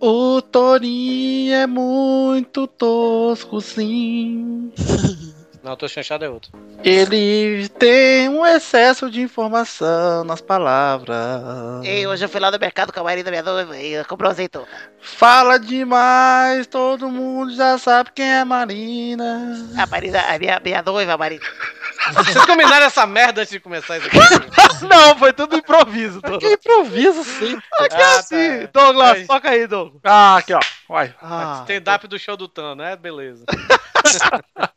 O Torinho é muito tosco, sim. Não, tô chanchado é outro. Ele tem um excesso de informação nas palavras. Ei, hoje eu Eh, fui lá no mercado com a marido da minha noiva e comprou azeitona. Fala demais, todo mundo já sabe quem é a Marina. A Marina, a minha, minha noiva, a Marina. Vocês combinaram essa merda antes de começar isso aqui? Não, foi tudo improviso. Douglas. Que improviso sempre. Aqui é Ah, assim. tá. Douglas, Foi. toca aí, Douglas. Ah, aqui ó. Vai. Ah, Stand-up do show do Tan, né? Beleza.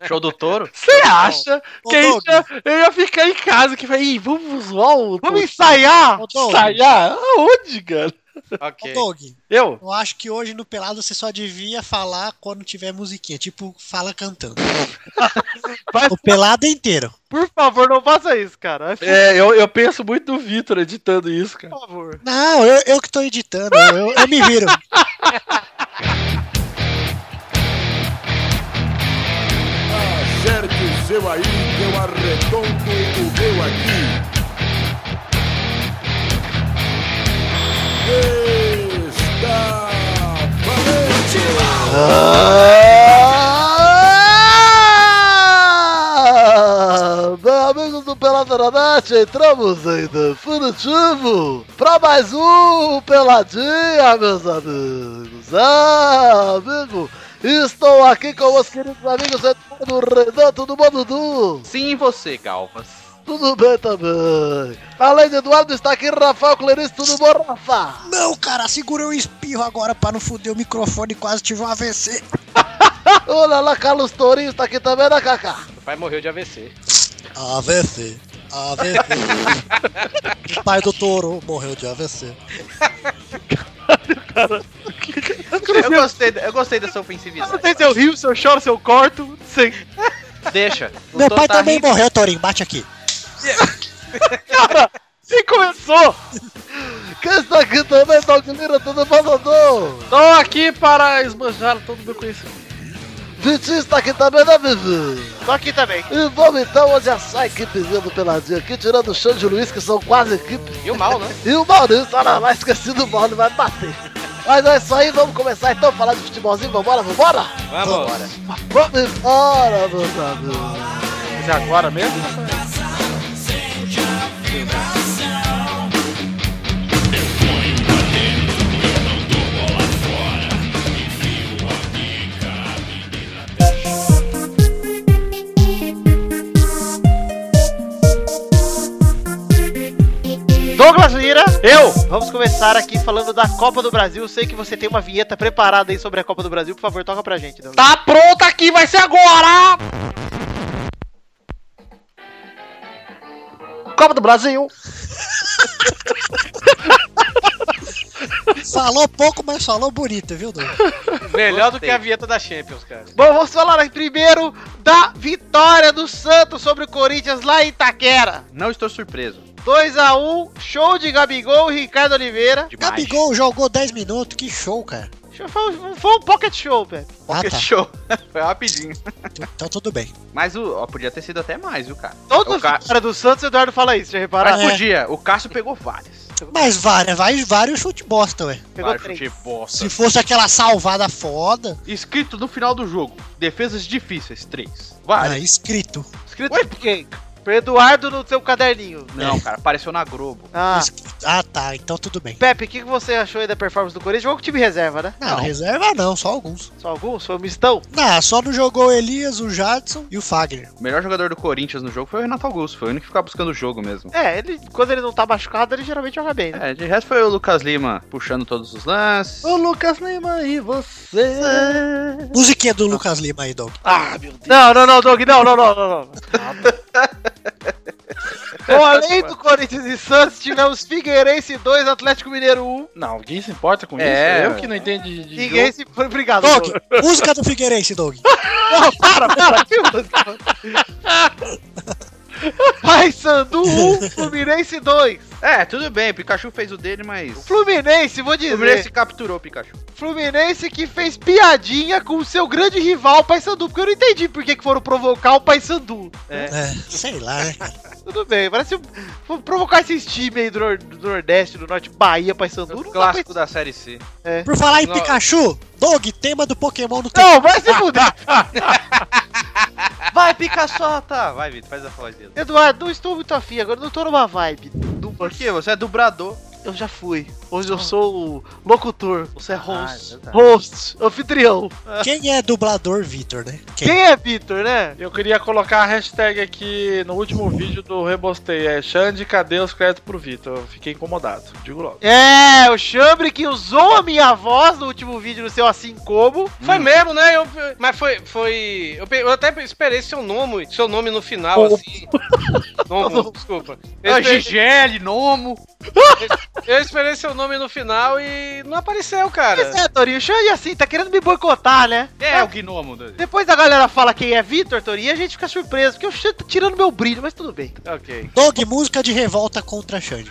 Show do touro? Você acha que Ô, isso Douglas, é- Eu ia ficar em casa que vai, Ih, vamos zoar o Vamos ensaiar? ô, Doug, ensaiar? Aonde, cara? ô, Ok. Doug, Eu? eu acho que hoje no Pelado você só devia falar quando tiver musiquinha. Tipo, fala cantando. Vai- o Pelado inteiro. Por favor, não faça isso, cara. Por É, eu, eu penso muito no Vitor editando isso, cara. favor. Não, eu, eu que tô editando, eu, eu me viro. Acerte o seu aí, que eu arredondo o meu aqui. Está valente! Ah! Bem, Ah, amigos do Peladranet, entramos em definitivo pra mais um Peladinha, meus amigos. Ah, amigo, estou aqui com os queridos amigos do Renan, tudo bom, Dudu? Sim, você, Galvas. Tudo bem também. Além de Eduardo, está aqui Rafael Clarice, tudo bom, Rafa? Não, cara, segura o espirro agora pra não foder o microfone e quase tive um AVC. Olha lá, Carlos Tourinho está aqui também, né, Cacá? Meu pai morreu de AVC. AVC. AVC. o pai do touro morreu de AVC. Eu gostei, eu gostei dessa ofensividade. Não sei se eu rio, se eu choro, se eu corto. não Sei. Deixa. O Meu Tô pai tá também rindo. morreu, Torinho. Bate aqui. E começou! Quem está aqui também, Dogmira, tudo bom, Dudu? Tô aqui para esbanjar todo o meu conhecimento. Vitinho está aqui também, né, Vivi? Tô aqui também. E vamos então, hoje é só a equipezinha do Peladinho aqui, tirando o Xande e o Luiz, que são quase equipe. E o mal, né? E o Maurício, olha lá, esqueci do Maurício, vai bater. Mas é isso aí, vamos começar então a falar de futebolzinho, vambora, vambora? Vamos. Vamos embora, meus amigos. Mas é agora mesmo? Douglas Lira, eu! Vamos começar aqui falando da Copa do Brasil. Eu sei que você tem uma vinheta preparada aí sobre a Copa do Brasil. Por favor, toca pra gente, Douglas. Tá pronto aqui, vai ser agora! Copa do Brasil. Falou pouco, mas falou bonito, viu, Douglas? Melhor do que Gostei. a vinheta da Champions, cara. Bom, vamos falar aí primeiro da vitória do Santos sobre o Corinthians lá em Itaquera. Não estou surpreso. 2x1, show de Gabigol e Ricardo Oliveira. Demais. Gabigol jogou 10 minutos, que show, cara. Foi um, foi um pocket show, velho. Ah, tá. Show. Foi rapidinho. Então tudo bem. Mas o, ó, podia ter sido até mais, viu, cara? Toda O Ca- vitória do Santos, Eduardo fala isso, já repararam? Mas É. podia. O Cássio pegou várias. Mas várias, vários, vários chute bosta, ué. Pegou Vários três. de bosta. Se fosse aquela salvada foda, Escrito no final do jogo. Defesas difíceis, três. ah, Várias. escrito. Escrito por quem? Pro Eduardo no seu caderninho. Não, cara. Apareceu na Globo. Ah, Ah, tá. Então tudo bem. Pepe, o que que você achou aí da performance do Corinthians? Jogou com o time reserva, né? Não, reserva não, só alguns. Só alguns? Foi um mistão? Não, só não jogou o Elias, o Jadson e o Fagner. O melhor jogador do Corinthians no jogo foi o Renato Augusto. Foi o único que ficava buscando o jogo mesmo. É, ele, quando ele não tá machucado, ele geralmente joga bem, né? É, de resto foi o Lucas Lima puxando todos os lances. Ô Lucas Lima e você. Musiquinha do Lucas Lima aí, Doug. Não, não, não, Doug, não, não, não, não. não. Bom, além do Corinthians e Santos, tivemos Figueirense 2, Atlético Mineiro 1. Não, ninguém se importa com isso. É. Eu que não entendo de, de jogo. Figueirense foi obrigado. Doug, música do Figueirense, Doug. Paysandu 1, Fluminense 2. É, tudo bem. Pikachu fez o dele, mas... Fluminense, vou O dizer. Fluminense capturou o Pikachu. Fluminense que fez piadinha com o seu grande rival, o Paysandu. Porque eu não entendi por que que foram provocar o Paysandu. É, sei lá, né, cara? Tudo bem, parece um- provocar esses times aí do, nor- do Nordeste, do Norte, Bahia, Paysandu. O não dá clássico pra- da Série C. Por falar em Não. Pikachu, Doug, tema do Pokémon no tempo. Não, vai se fuder! Vai, Picaçota! Tá, Vai, Vitor, faz a voz dele. Eduardo, não estou muito afim agora, não tô numa vibe. Por quê? Você é dubrador. Eu já fui. Hoje eu sou o locutor, você é host. é verdade. host, anfitrião. Quem é dublador Vitor, né? Quem? Quem é Vitor, né? Eu queria colocar a hashtag aqui no último vídeo do Rebostei. É Xande, cadê os créditos pro Vitor? Eu fiquei incomodado. Digo logo. É, o Chambre que usou a minha voz no último vídeo no seu Assim Como. Foi mesmo, né? Eu- mas foi. foi eu, pe- eu até esperei seu nome, seu nome no final, assim. Nomo, desculpa. Eu esperei, Gigeli, Nomo. eu esperei seu nome no final e não apareceu, cara. Pois é, Torinho, o Xande assim, tá querendo me boicotar, né? É, o Gnomo. Depois a galera fala quem é Vitor, Torinho, e a gente fica surpreso, porque o Xande tá tirando meu brilho, mas tudo bem. Ok. Doug, música de revolta contra Xande.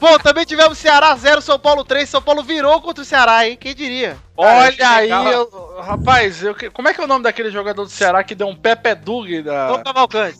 Bom, também tivemos Ceará 0, São Paulo 3, São Paulo virou contra o Ceará, hein? Quem diria? Olha aí, legal. eu- rapaz, eu que- como é que é o nome daquele jogador do Ceará que deu um Pepe Dug da. Vamos Cavalcante.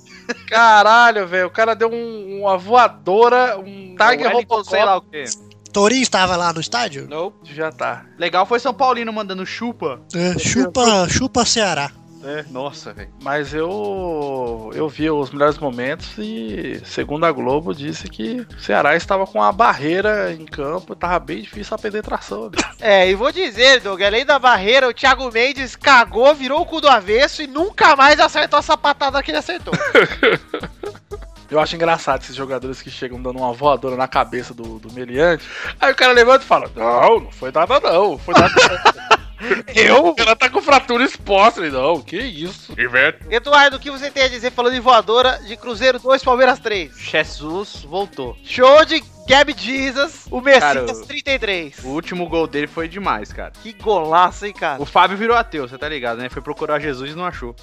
Caralho, velho. O cara deu um- uma voadora, um Tiger Robocop, Tá, sei lá Robocop. o quê. Torinho estava lá no estádio? Nope, já tá. Legal foi São Paulino mandando chupa. É, chupa, chupa Ceará. É, nossa, velho. Mas eu eu vi os melhores momentos e, segundo a Globo, disse que o Ceará estava com uma barreira em campo, tava bem difícil a penetração. né? É, e vou dizer, Doug, além da barreira, o Thiago Mendes cagou, virou o cu do avesso e nunca mais acertou a sapatada que ele acertou. Eu acho engraçado esses jogadores que chegam dando uma voadora na cabeça do, do meliante. Aí o cara levanta e fala: Não, não foi nada, não. Foi nada. não." Eu? O cara tá com fratura exposta. Ele, Não, que isso. Eduardo, o que você tem a dizer falando em voadora de Cruzeiro 2, Palmeiras 3? Jesus voltou. Show de Gabby Jesus, o Messias Cara, eu- 33. O último gol dele foi demais, cara. Que golaço, hein, cara? O Fábio virou ateu, você tá ligado, né? Foi procurar Jesus e não achou.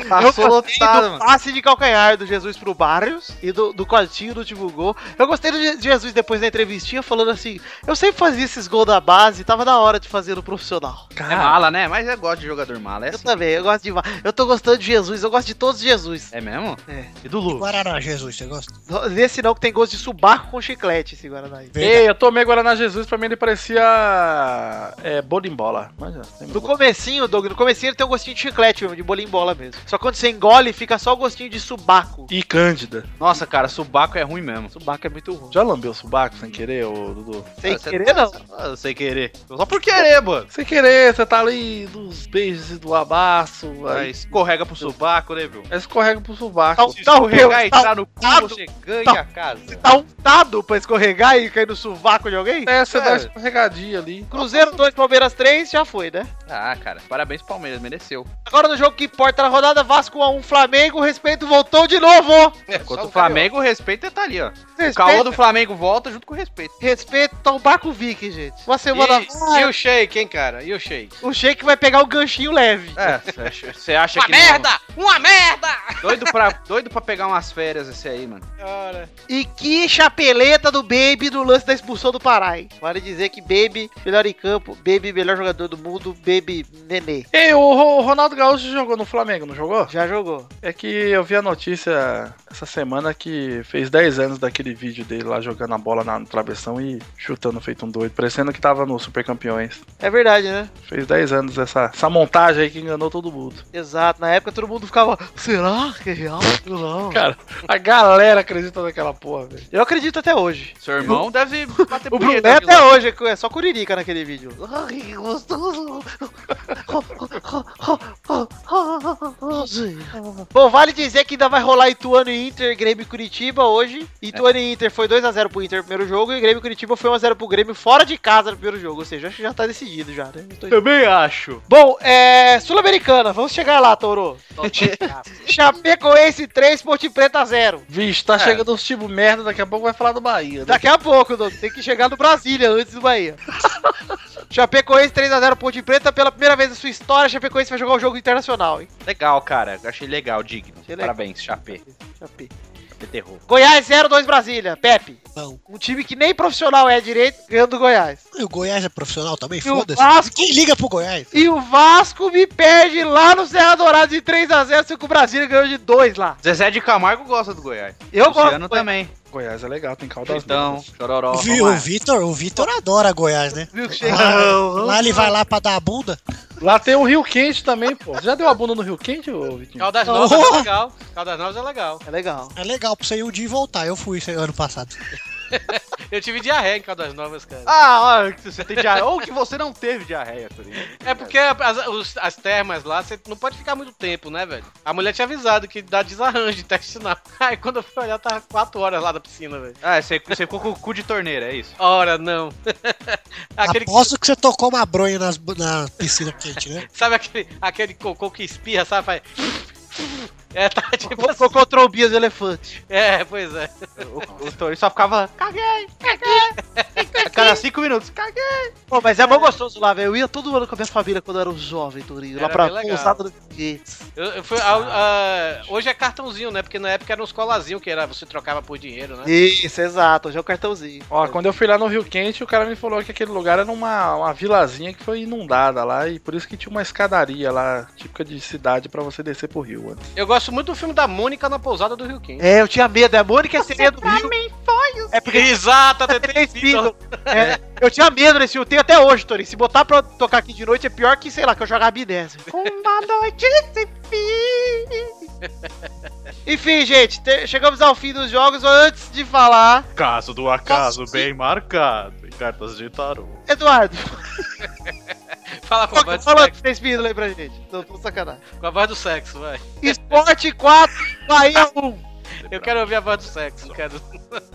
Eu gostei Passou lotado, do Tá mano. passe de calcanhar do Jesus pro Barrios e do, do Coutinho no último gol. Eu gostei do Je- Jesus depois da entrevistinha falando assim, eu sempre fazia esses gols da base, tava na hora de fazer no profissional. É mala, né? Mas eu gosto de jogador mala, é Eu assim. também, eu gosto de... va- Eu tô gostando de Jesus, eu gosto de todos os Jesus. É mesmo? É. E do Lu? Guaraná, Jesus, você gosta? Nesse não que tem gosto de subaco com chiclete esse Guaraná aí. Verdade. Ei, eu tomei Guaraná Jesus, pra mim ele parecia. É, bolimbola. Mas, é, tem No comecinho, Doug, no comecinho ele tem um gostinho de chiclete mesmo, de bolimbola mesmo. Só que quando você engole, fica só o gostinho de subaco. E Cândida. Nossa, cara, subaco é ruim mesmo. Subaco é muito ruim. Já lambeu o subaco sem querer, ô Dudu? Sem Ah, você- querer, não. Ah, Sem querer. Só por querer, mano. Sem querer, você tá ali dos beijos e do abraço. Aí Aí, escorrega pro subaco, né, viu? aí escorrega pro subaco. Não, não, eu- Escorregar e entrar no cu, um tá- você ganha a casa. Tá untado pra escorregar e cair no sovaco de alguém? É, você dá É. uma escorregadinha ali. Cruzeiro 2, Palmeiras 3, já foi, né? Ah, cara, parabéns Palmeiras, mereceu. Agora no jogo que importa na rodada, Vasco 1x1, Flamengo, o respeito voltou de novo! Enquanto É, o Flamengo, o respeito tá ali, ó. O caô Respeito, do Flamengo volta junto com o respeito. respeito tá o Barco Vic, gente. Uma semana... E, e o Shake, hein, cara? E o Shake? O Sheik vai pegar o ganchinho leve. É, você acha Uma que. não- merda! Uma merda! Doido pra, doido pra pegar umas férias esse aí, mano. Cara, E que chapeleta do Baby no lance da expulsão do Pará, hein? Vale dizer que Baby, melhor em campo, Baby, melhor jogador do mundo, Baby, nenê. Ei, o Ro- o Ronaldo Gaúcho jogou no Flamengo, não jogou? Já jogou. É que eu vi a notícia essa semana que fez 10 anos daquele vídeo dele lá jogando a bola na no travessão e chutando feito um doido, parecendo que tava no Super Campeões. É verdade, né? Fez 10 anos essa, essa montagem aí que enganou todo mundo. Exato. Na época todo mundo ficava, será que é real? Não. Cara, a galera acredita naquela porra, velho. Eu acredito até hoje. Seu irmão deve bater O Bruno punheta Neto de lá. até hoje é só curirica naquele vídeo. Ai, que gostoso. Bom, vale dizer que ainda vai rolar Ituano e Inter, Grêmio e Curitiba hoje. Ituano É. e Inter foi 2x0 pro Inter no primeiro jogo e Grêmio e Curitiba foi 1x0 pro Grêmio fora de casa no primeiro jogo. Ou seja, acho que já tá decidido já, né? Tô- Também acho. Bom, é. Sul-Americana, vamos chegar lá, Toro. Chapecoense 3, Ponte Preta 0. Vixe, tá É. chegando os tipo merda, daqui a pouco vai falar do Bahia, né? Daqui a pouco, Douglas. Tem que chegar no Brasília antes do Bahia. Chapecoense 3x0 Ponte Preta. Pela primeira vez na sua história, Chapecoense vai jogar um jogo internacional, hein? Legal, cara. Achei legal, digno. Achei legal. Parabéns, Chapé. Chape. Deterrou. Goiás 0-2 Brasília. Pepe. Não. Um time que nem profissional é direito, ganhando do Goiás. E o Goiás é profissional também? E o Foda-se. Vasco? Quem liga pro Goiás? E o Vasco me perde lá no Serra Dourada de 3x0, sendo que o Brasília ganhou de 2 lá. Zezé de Camargo gosta do Goiás. Eu gosto. Luciano também. Goiás é legal, tem caldas Então, novas. Chororó. Vi- o vamos lá. Vitor, o Vitor adora Goiás, né? Viu que Lá, chegou. lá ele vai lá pra dar a bunda. Lá tem o Rio Quente também, pô. Você já deu a bunda no Rio Quente, ô Vitinho? Caldas Novas Oh! é legal. Caldas Novas é legal. É legal. É legal pra você ir um dia e voltar. Eu fui esse ano passado. Eu tive diarreia em Caldas Novas, cara. Ah, olha, que você tem diarreia. Ou que você não teve diarreia, tá ligado? É porque as, os- as termas lá, você não pode ficar muito tempo, né, velho? A mulher tinha avisado que dá desarranjo intestinal. Aí quando eu fui olhar, tava 4 horas lá da piscina, velho. Ah, você, você ficou com o cu de torneira, é isso? Ora, não. aquele, Aposto que você tocou uma bronha nas, bu- na piscina quente, né? sabe aquele, aquele cocô que espirra, sabe? Faz... É, tá tipo assim. Colocou trombias de elefante. É, pois é. O, o torneiro só ficava, caguei, caguei. A cada cinco minutos, caguei. Pô, mas é mó gostoso lá, velho. Eu ia todo ano com a minha família quando eu era um jovem, Turinho. Lá Era pra bem legal. pousada do Gates. Eu, eu fui, Ah. a- a- hoje é cartãozinho, né? Porque na época era uns colazinhos que era, você trocava por dinheiro, né? Isso, exato. Hoje é o cartãozinho. Ó, quando eu fui lá no Rio Quente, o cara me falou que aquele lugar era uma, uma vilazinha que foi inundada lá e por isso que tinha uma escadaria lá, típica de cidade, pra você descer pro rio. antes. Eu gosto muito do filme da Mônica na pousada do Rio Quente. É, eu tinha medo. É a Mônica e a sereia do Rio. É porque Exato, Até até tem tem espírito. É, eu tinha medo desse filme, tenho até hoje, Tori. Se botar pra eu tocar aqui de noite é pior que, sei lá, que eu jogar Abidez. Uma noite sem fim. Enfim, gente, te- chegamos ao fim dos jogos. Antes de falar, Caso do acaso bem marcado em cartas de tarô. Eduardo, Fala com a voz do fala sexo. do Três Pílulas aí pra gente. Não, é tô sacanagem. Com a voz do sexo, vai. Esporte 4, Bahia 1. Eu quero ouvir a voz do sexo, cara.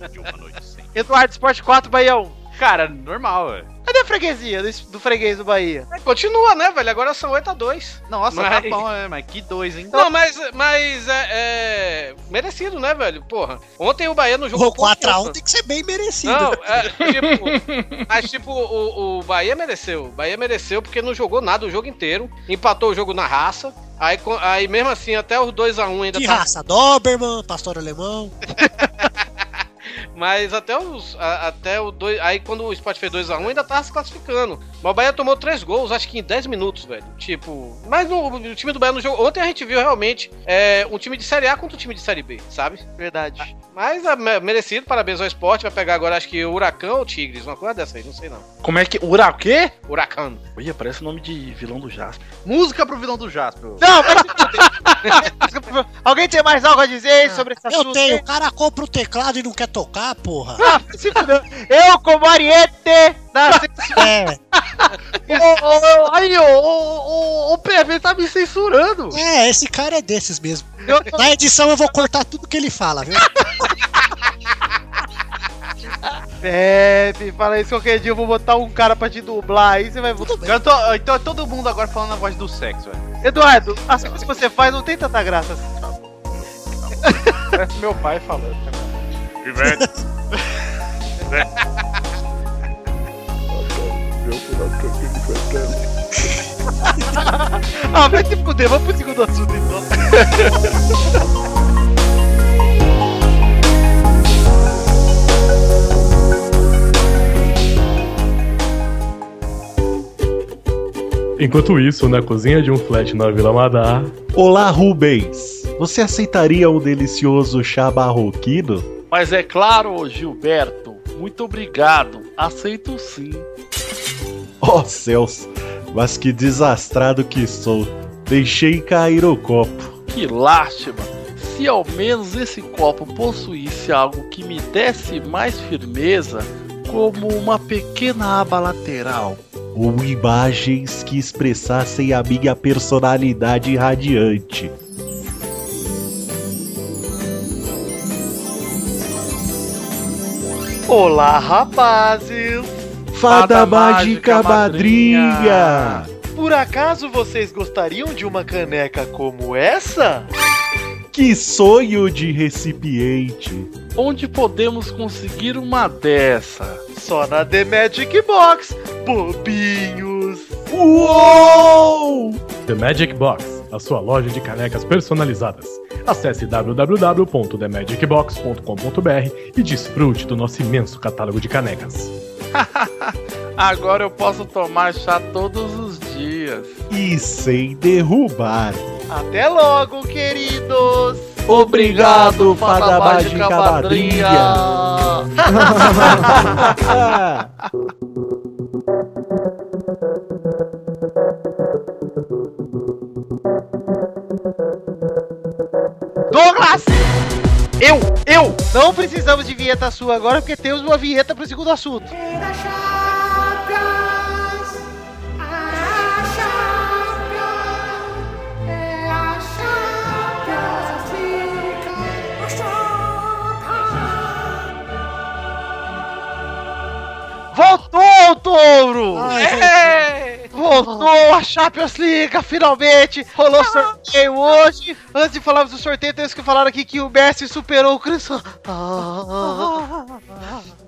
De uma noite sem. Eduardo, Esporte 4, Bahia 1. Cara, normal, velho. Cadê a freguesia do, es- do freguês do Bahia? É, Continua, né, velho? Agora são 8 a 2 Nossa, Mas- tá bom, é, mas que dois, hein? Não, mas, mas é, é, Merecido, né, velho? Porra. Ontem o Bahia no jogo. O 4x1 tem que ser bem merecido. Não, é, tipo, mas tipo, o, o Bahia mereceu. O Bahia mereceu porque não jogou nada o jogo inteiro. Empatou o jogo na raça. Aí, co- aí mesmo assim, até os 2x1 ainda que tá. raça, Doberman, pastor alemão. Mas até os. a- até o 2. Aí quando o Sport fez 2x1, ainda tava se classificando. Mas o Bahia tomou 3 gols, acho que em 10 minutos, velho. Tipo. Mas no- o time do Bahia no jogo. Ontem a gente viu realmente é, um time de Série A contra um time de Série B, sabe? Verdade. Mas é me- merecido, parabéns ao esporte. Vai pegar agora, acho que o Huracão ou Tigres, uma coisa dessa aí, não sei não. Como é que. Ura, o quê? Huracão. Ui, parece o nome de vilão do Jasper. Música pro vilão do Jasper. Não, mas... Alguém tem mais algo a dizer sobre esse assunto? Eu tenho, o cara compra o teclado e não quer tocar, porra. Ah, se fudeu. Eu como Ariete da É, ô, ô, Aí, ô, ô, ô, ô, PV tá me censurando. é, esse cara é desses mesmo. Eu, Na edição eu vou cortar tudo que ele fala, viu? Pepe, fala isso qualquer dia, eu vou botar um cara pra te dublar, aí você vai voltar. Eu tô- então é todo mundo agora falando a voz do sexo, velho. Eduardo, as coisas que você faz não tem tanta graça. assim. Parece meu pai falando. Ivete, Ah, vai se fuder, vamos pro segundo assunto então. Enquanto isso, na cozinha de um flat na Vila Madar. Olá, Rubens! Você aceitaria um delicioso chá barroquino? Mas é claro, Gilberto, muito obrigado. Aceito sim. Oh, céus! Mas que desastrado que sou! Deixei cair o copo. Que lástima! Se ao menos esse copo possuísse algo que me desse mais firmeza, como uma pequena aba lateral. Ou imagens que expressassem a minha personalidade radiante. Olá, rapazes. Fada, Fada mágica, mágica madrinha! Por acaso vocês gostariam de uma caneca como essa? Que sonho de recipiente! Onde podemos conseguir uma dessa? Só na The Magic Box, bobinhos. Uou! The Magic Box, a sua loja de canecas personalizadas. Acesse www.themagicbox.com.br e desfrute do nosso imenso catálogo de canecas. Agora eu posso tomar chá todos os dias. E sem derrubar. Até logo, queridos! Obrigado, Fada Mágica Madrinha. Madrinha. Douglas! Eu, eu! Não precisamos de vinheta sua agora, porque temos uma vinheta pro segundo assunto. Voltou o touro! Ah. É, Voltou a Champions League, finalmente! Rolou Ah. sorteio hoje. Antes de falarmos do sorteio, temos que falar aqui que o Messi superou o Ah. Cristiano.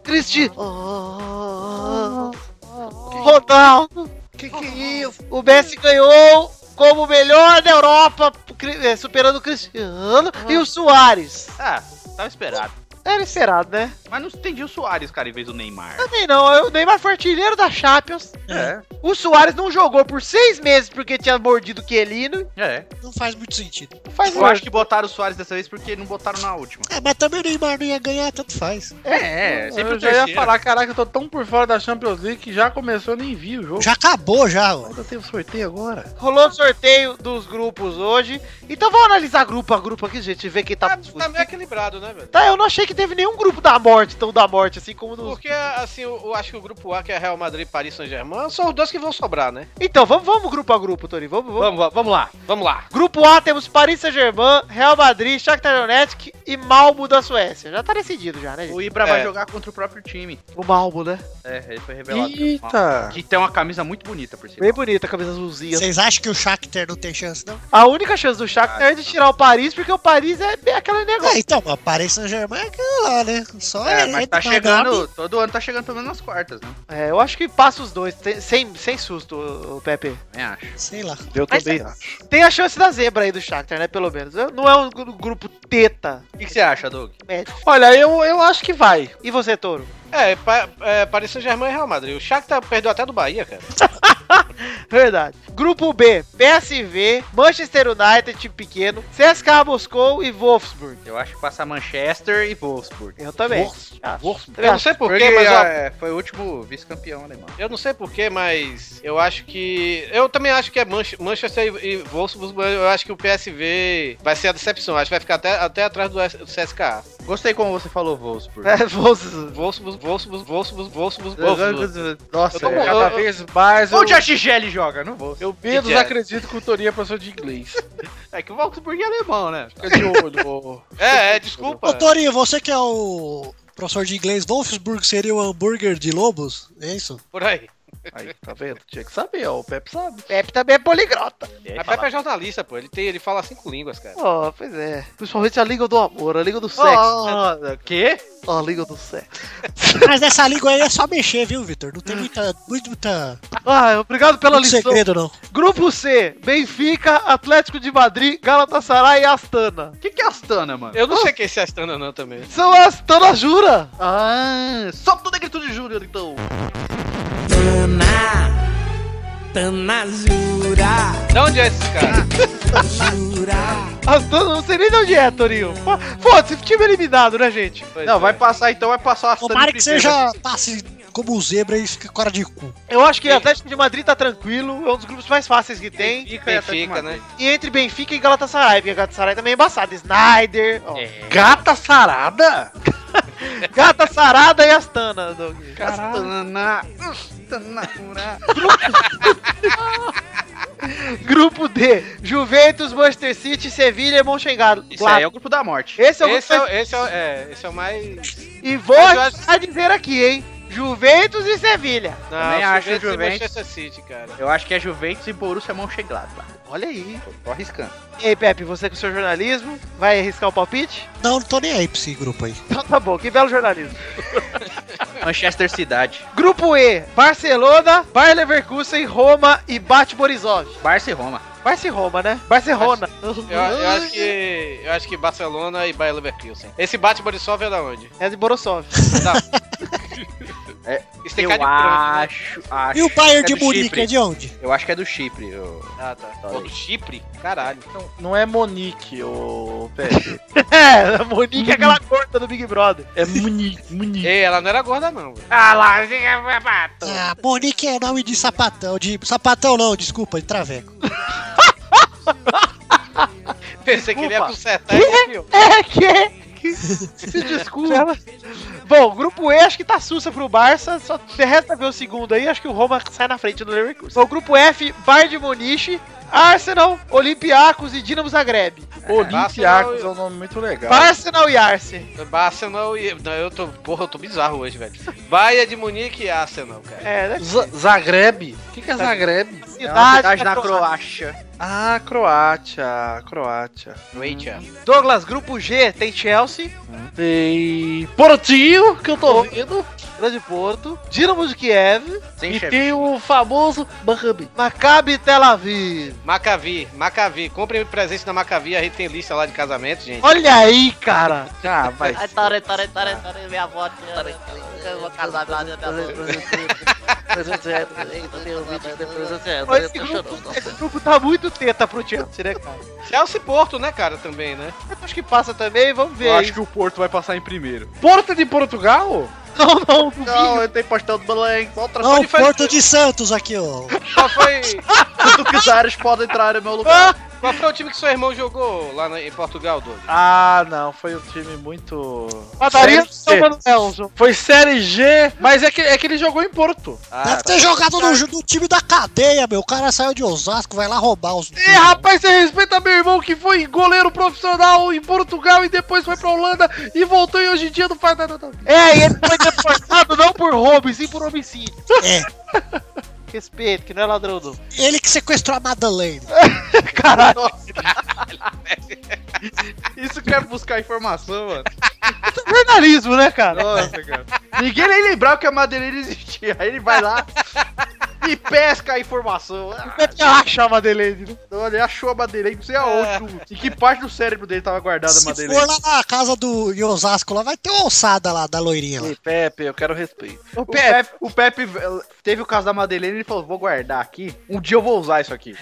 Cristi. Ronaldo. Que que é isso? O Messi ganhou como o melhor da Europa, cri- eh, superando o Cristiano e o Soares. Ah, tava esperado. Era esperado, né? Mas não entendi o Soares, cara, em vez do Neymar. Também não, o Neymar foi artilheiro da Champions. É. O Soares não jogou por seis meses porque tinha mordido o Quelino. É. Não faz muito sentido. Não faz Eu acho que botaram o Soares dessa vez porque não botaram na última. É, mas também o Neymar não ia ganhar, tanto faz. É, é sempre eu o já ia terceiro. falar, caraca, eu tô tão por fora da Champions League que já começou, eu nem vi o jogo. Já acabou, já. ó. Ainda tem o sorteio agora? Rolou o sorteio dos grupos hoje. Então vamos analisar grupo a grupo aqui, gente, ver quem tá. Tá, tá meio equilibrado, né, velho? Tá, eu não achei que teve nenhum grupo da morte, tão da morte, assim como dos. Porque, assim, eu, eu acho que o grupo A, que é Real Madrid, Paris Saint-Germain, são os dois que vão sobrar, né? Então, vamos, vamos grupo a grupo, Tony. Vamos, vamos. Vamos, vamos lá. Vamos lá. Grupo A temos Paris Saint-Germain, Real Madrid, Shakhtar Donetsk e Malmo da Suécia. Já tá decidido já, né, gente? O Ibra vai É. jogar contra o próprio time. O Malmo, né? É, ele foi revelado. Eita! Que tem uma camisa muito bonita, por Bem sinal. bonita, a camisa azulzinha. Vocês acham que o Shakhtar não tem chance, não? A única chance do Shakhtar é de tirar o Paris, porque o Paris é bem aquele negócio. É, então, mas Paris Saint-Germain é aquilo lá, né? Só É, mas tá entra na chegando, Gabi. todo ano tá chegando pelo menos nas quartas, né? É, eu acho que passa os dois, te- sem, sem susto, ô, ô, Pepe. Também acho. Sei lá. Eu Mas- é- também acho. Tem a chance da zebra aí do Shakhtar, né? Pelo menos. Eu- Não é um gru- grupo teta. O que, que você acha, Doug? médio. Olha, eu, eu acho que vai. E você, Toro? É, pa, é Paris Saint-Germain e Real Madrid. O Shakhtar perdeu até do Bahia, cara. Verdade. Grupo B, PSV, Manchester United, time pequeno, CSKA Moscou e Wolfsburg. Eu acho que passa Manchester e Wolfsburg. Eu também. Ah, Eu não sei porquê, mas... ó, é, foi o último vice-campeão alemão. Eu não sei porquê, mas eu acho que. Eu também acho que é Manch- Manchester e e Wolfsburg, mas eu acho que o PSV vai ser a decepção. Acho que vai ficar até, até atrás do, S- do CSKA. Gostei como você falou Wolfsburg. É, Wolfsburg. Wolfsburg, Wolfsburg, Wolfsburg, Wolfsburg, Wolfsburg. Nossa, Eu tô eu com- já- é eu- Cada vez mais eu, onde a Gigeli joga? Não vou. eu menos Que que é? acredito que o Torinha passou de inglês. É que o Wolfsburg é alemão, né? Fica de olho, ô. É, é, Ô, desculpa. Torinho, você que é o professor de inglês, Wolfsburg seria o hambúrguer de lobos? É isso? Por aí. Aí, tá vendo? Tinha que saber, ó. O Pepe sabe. Pepe também é poligrota. A Pepe é jornalista, pô. Ele, tem, ele fala cinco línguas, cara. Oh, pois é. Principalmente a língua do amor, a língua do sexo. Sexo. Quê? A língua do sexo. Mas nessa língua aí é só mexer, viu, Vitor? Não tem muita, muito, muita, Ah, obrigado pela muito lição. segredo, não. Grupo C, Benfica, Atlético de Madrid, Galatasaray e Astana. O que, que é Astana, mano? Eu não sei quem é esse Astana, não, também. São Astana Jura. Ah, só toda gritude de Júnior, então. De onde é esse Ah, cara? Astana, não sei nem de onde é, Torinho. Fo- Foda-se, time eliminado, né, gente? Não, é. vai passar então, vai passar a Astana. Tomara em que primeiro. seja passe como zebra e fica com cara de cu. Eu acho que o Atlético de Madrid tá tranquilo, é um dos grupos mais fáceis que tem. Benfica, e Atlético Benfica, de né? Madrid. E entre Benfica e Galatasaray, porque Galatasaray também é embaçado. Snyder, ó. Gata sarada? Gata Sarada e Astana, Doug. Astana. Astana. Grupo D, Juventus, Manchester City, Sevilha e Mönchengladbach. Isso aí é o grupo da morte. Esse é o Esse grupo é, o- esse é, o- é, esse é o mais. E vou Mas eu acho- a dizer aqui, hein? Juventus e Sevilha. Não, acho Juventus e Juventus. Manchester City, cara. Eu acho que é Juventus e Borussia Mönchengladbach. Olha aí. Tô arriscando. E aí, Pepe, você com seu jornalismo, vai arriscar o palpite? Não, não tô nem aí pra esse grupo aí. Então tá bom, que belo jornalismo. É. Manchester Cidade. Grupo E, Barcelona, Bayer Leverkusen, Roma e Bate Borisov. Barça e Roma. Barça e Roma, né? Barcelona. Eu, eu acho que. Eu acho que Barcelona e Bayer Leverkusen. Esse bate Borisov é da onde? É de Borosov. É, Isso tem eu cara de branco, né? acho, acho. E o que é Bayern de do Munique Chipre. é de onde? Eu acho que é do Chipre. eu- Ah, tá. Pô, do Chipre? Caralho. Não, não é Monique, ô Pet. É, a Monique é aquela gorda do Big Brother. É Monique, Monique. Ei, ela não era gorda, não. velho. Ah lá, é Ah, Monique é nome de sapatão, de sapatão não, desculpa, de traveco. Pensei que ele ia Desculpa. consertar esse filme. que? Se desculpa. Bom, grupo E acho que tá sussa pro Barça. Só resta ver o segundo aí. Acho que o Roma sai na frente do Leverkusen. Bom, grupo F, Bayern de Munique, Arsenal, Olympiacos e Dinamo Zagreb. Olympiacos é um nome muito legal. Arsenal e Arce. Arsenal e. Não, eu tô. Porra, eu tô bizarro hoje, velho. Baia de Munique e Arsenal, cara. É, né? Z- Zagreb? O que, que é Zagreb? É uma cidade da na Croácia. Ah, Croácia, Croácia. Croatia. Douglas, grupo G tem Chelsea, Tem Portinho, que eu tô vendo, Grande Porto, Dinamo de Kiev, Sem e chefe. tem o famoso Maccabi. Maccabi Tel Aviv. Macavi, Macavi. Compre presente na Macavi, a gente tem lista lá de casamento, gente. Olha aí, cara. Ah, vai. Tore, tore, tore, tore, minha avó. Eu vou casar minha minha avó. Mas esse grupo, esse grupo tá muito teta pro Chelsea, né, cara? Chelsea e Porto, né, cara, também, né? Eu acho que passa também, vamos ver. Eu aí. acho que o Porto vai passar em primeiro. Porto é de Portugal? Não, não, Não, eu tenho pastel do Belém. Outra Não, só Porto de Santos aqui, ó. Qual foi, se tu quiseres pode entrar no meu lugar. Ah! qual foi o time que seu irmão jogou lá na- em Portugal, Douglas? Ah, não, foi um time muito. padaria do São Série C. Manuel. Foi Série G, mas é que, é que ele jogou em Porto. Deve ter jogado no, ju- no time da cadeia, meu. O cara saiu de Osasco, vai lá roubar os. E rapaz, você respeita meu irmão que foi goleiro profissional em Portugal e depois foi pra Holanda e voltou e hoje em dia não faz nada. da vida. É, e ele foi deportado não por roubo, e sim por homicídio. É. Respeito, que não é ladrão não. Ele que sequestrou a Madeleine. Isso quer buscar informação, mano. Jornalismo, né, cara? Nossa, cara. Ninguém nem lembrava que a Madeleine existia. Aí ele vai lá e pesca a informação. Ah, Deve ter achado a Madeleine, né? então ele achou a Madeleine, não sei aonde. do- Em que parte do cérebro dele tava guardada a Se Madeleine. for lá na casa do em Osasco, lá vai ter uma ossada lá da loirinha lá. Ei, Pepe, eu quero respeito. O Pepe, o Pepe teve o caso da Madeleine e ele falou: vou guardar aqui. Um dia eu vou usar isso aqui.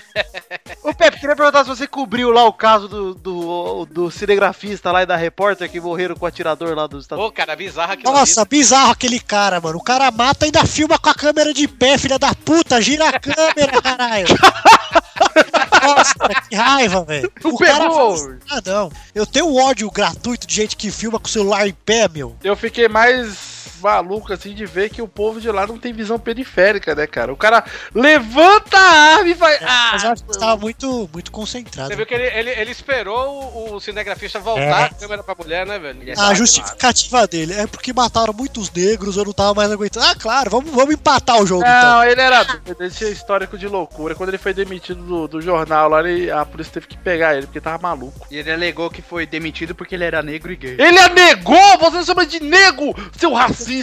Ô, Pepe, queria perguntar se você cobriu lá o caso do, do, do cinegrafista lá e da repórter que morreram com o atirador lá dos Estados Ô, cara, bizarra aquilo Nossa, bizarro aquele cara, mano. O cara mata e ainda filma com a câmera de pé, filha da puta. Gira a câmera, caralho. Nossa, que raiva, velho. O cara faz- Ah, não. Eu tenho um ódio gratuito de gente que filma com o celular em pé, meu. Eu fiquei mais maluco assim de ver que o povo de lá não tem visão periférica, né, cara? O cara levanta a arma e vai. Mas é eu Ah! acho que você tava muito, muito concentrado. Você viu que ele, ele, ele esperou o, o cinegrafista voltar a câmera pra mulher, né, velho? A justificativa dele é porque mataram muitos negros, eu não tava mais aguentando. Ah, claro, vamos, vamos empatar o jogo então. Não, ele era doido, ele tinha histórico de loucura. Quando ele foi demitido do, do jornal lá, ele, a polícia teve que pegar ele, porque tava maluco. E ele alegou que foi demitido porque ele era negro e gay. Ele negou! Você me chama de nego, seu racista!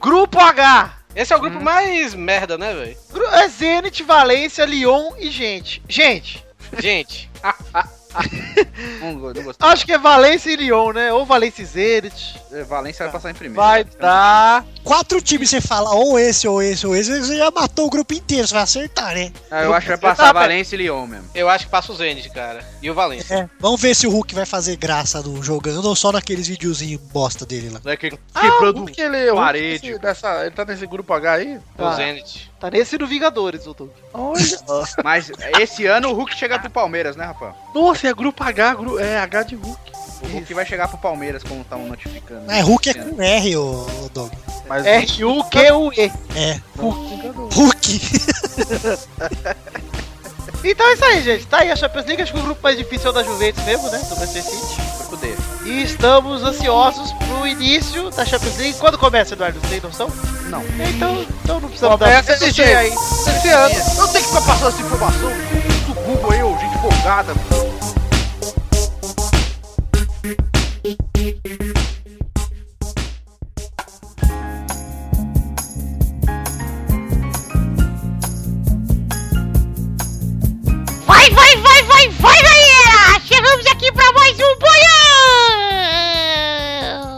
Grupo H. Esse é o grupo mais merda, né, velho? Gru- É Zenit, Valência, Lyon e gente. Gente, Gente, Não, go- não gostei. acho que é Valência e Lyon, né? Ou Valência e Zenit. É, Valência vai passar em primeiro. Vai dar. Quatro times você fala, ou esse, ou esse, ou esse, você já matou o grupo inteiro, você vai acertar, né? Ah, eu acho que vai passar Valência e Lyon mesmo. eu acho que passa o Zenit, cara. E o Valencia. Vamos ver se o Hulk vai fazer graça no jogando ou só naqueles videozinhos bosta dele lá. Quebrando ah, que ele, o parede. Hulk desse- dessa, ele tá nesse grupo H aí? O Ah. Zenit. Tá nesse do Vingadores, doutor. Olha. Mas esse ano o Hulk chega pro Palmeiras, né, Rafa? Nossa, é grupo H, gru- é H de Hulk. O Hulk vai chegar pro Palmeiras, como estão notificando. É, Hulk é com R, ô ô, Dog. Mas R-U-Q-U-E. É. Hulk. Então é isso aí, gente. Tá aí a Champions League. Acho que o grupo mais difícil é o da Juventus mesmo, né? Do Manchester City. Grupo dele. E estamos ansiosos pro início da Champions League. Quando começa, Eduardo? Tem noção? Não. Então, então não precisamos Começa dar. esse Tem aí. Esse ano, eu tenho que ficar passando essa informação do Google aí, ô, gente folgada.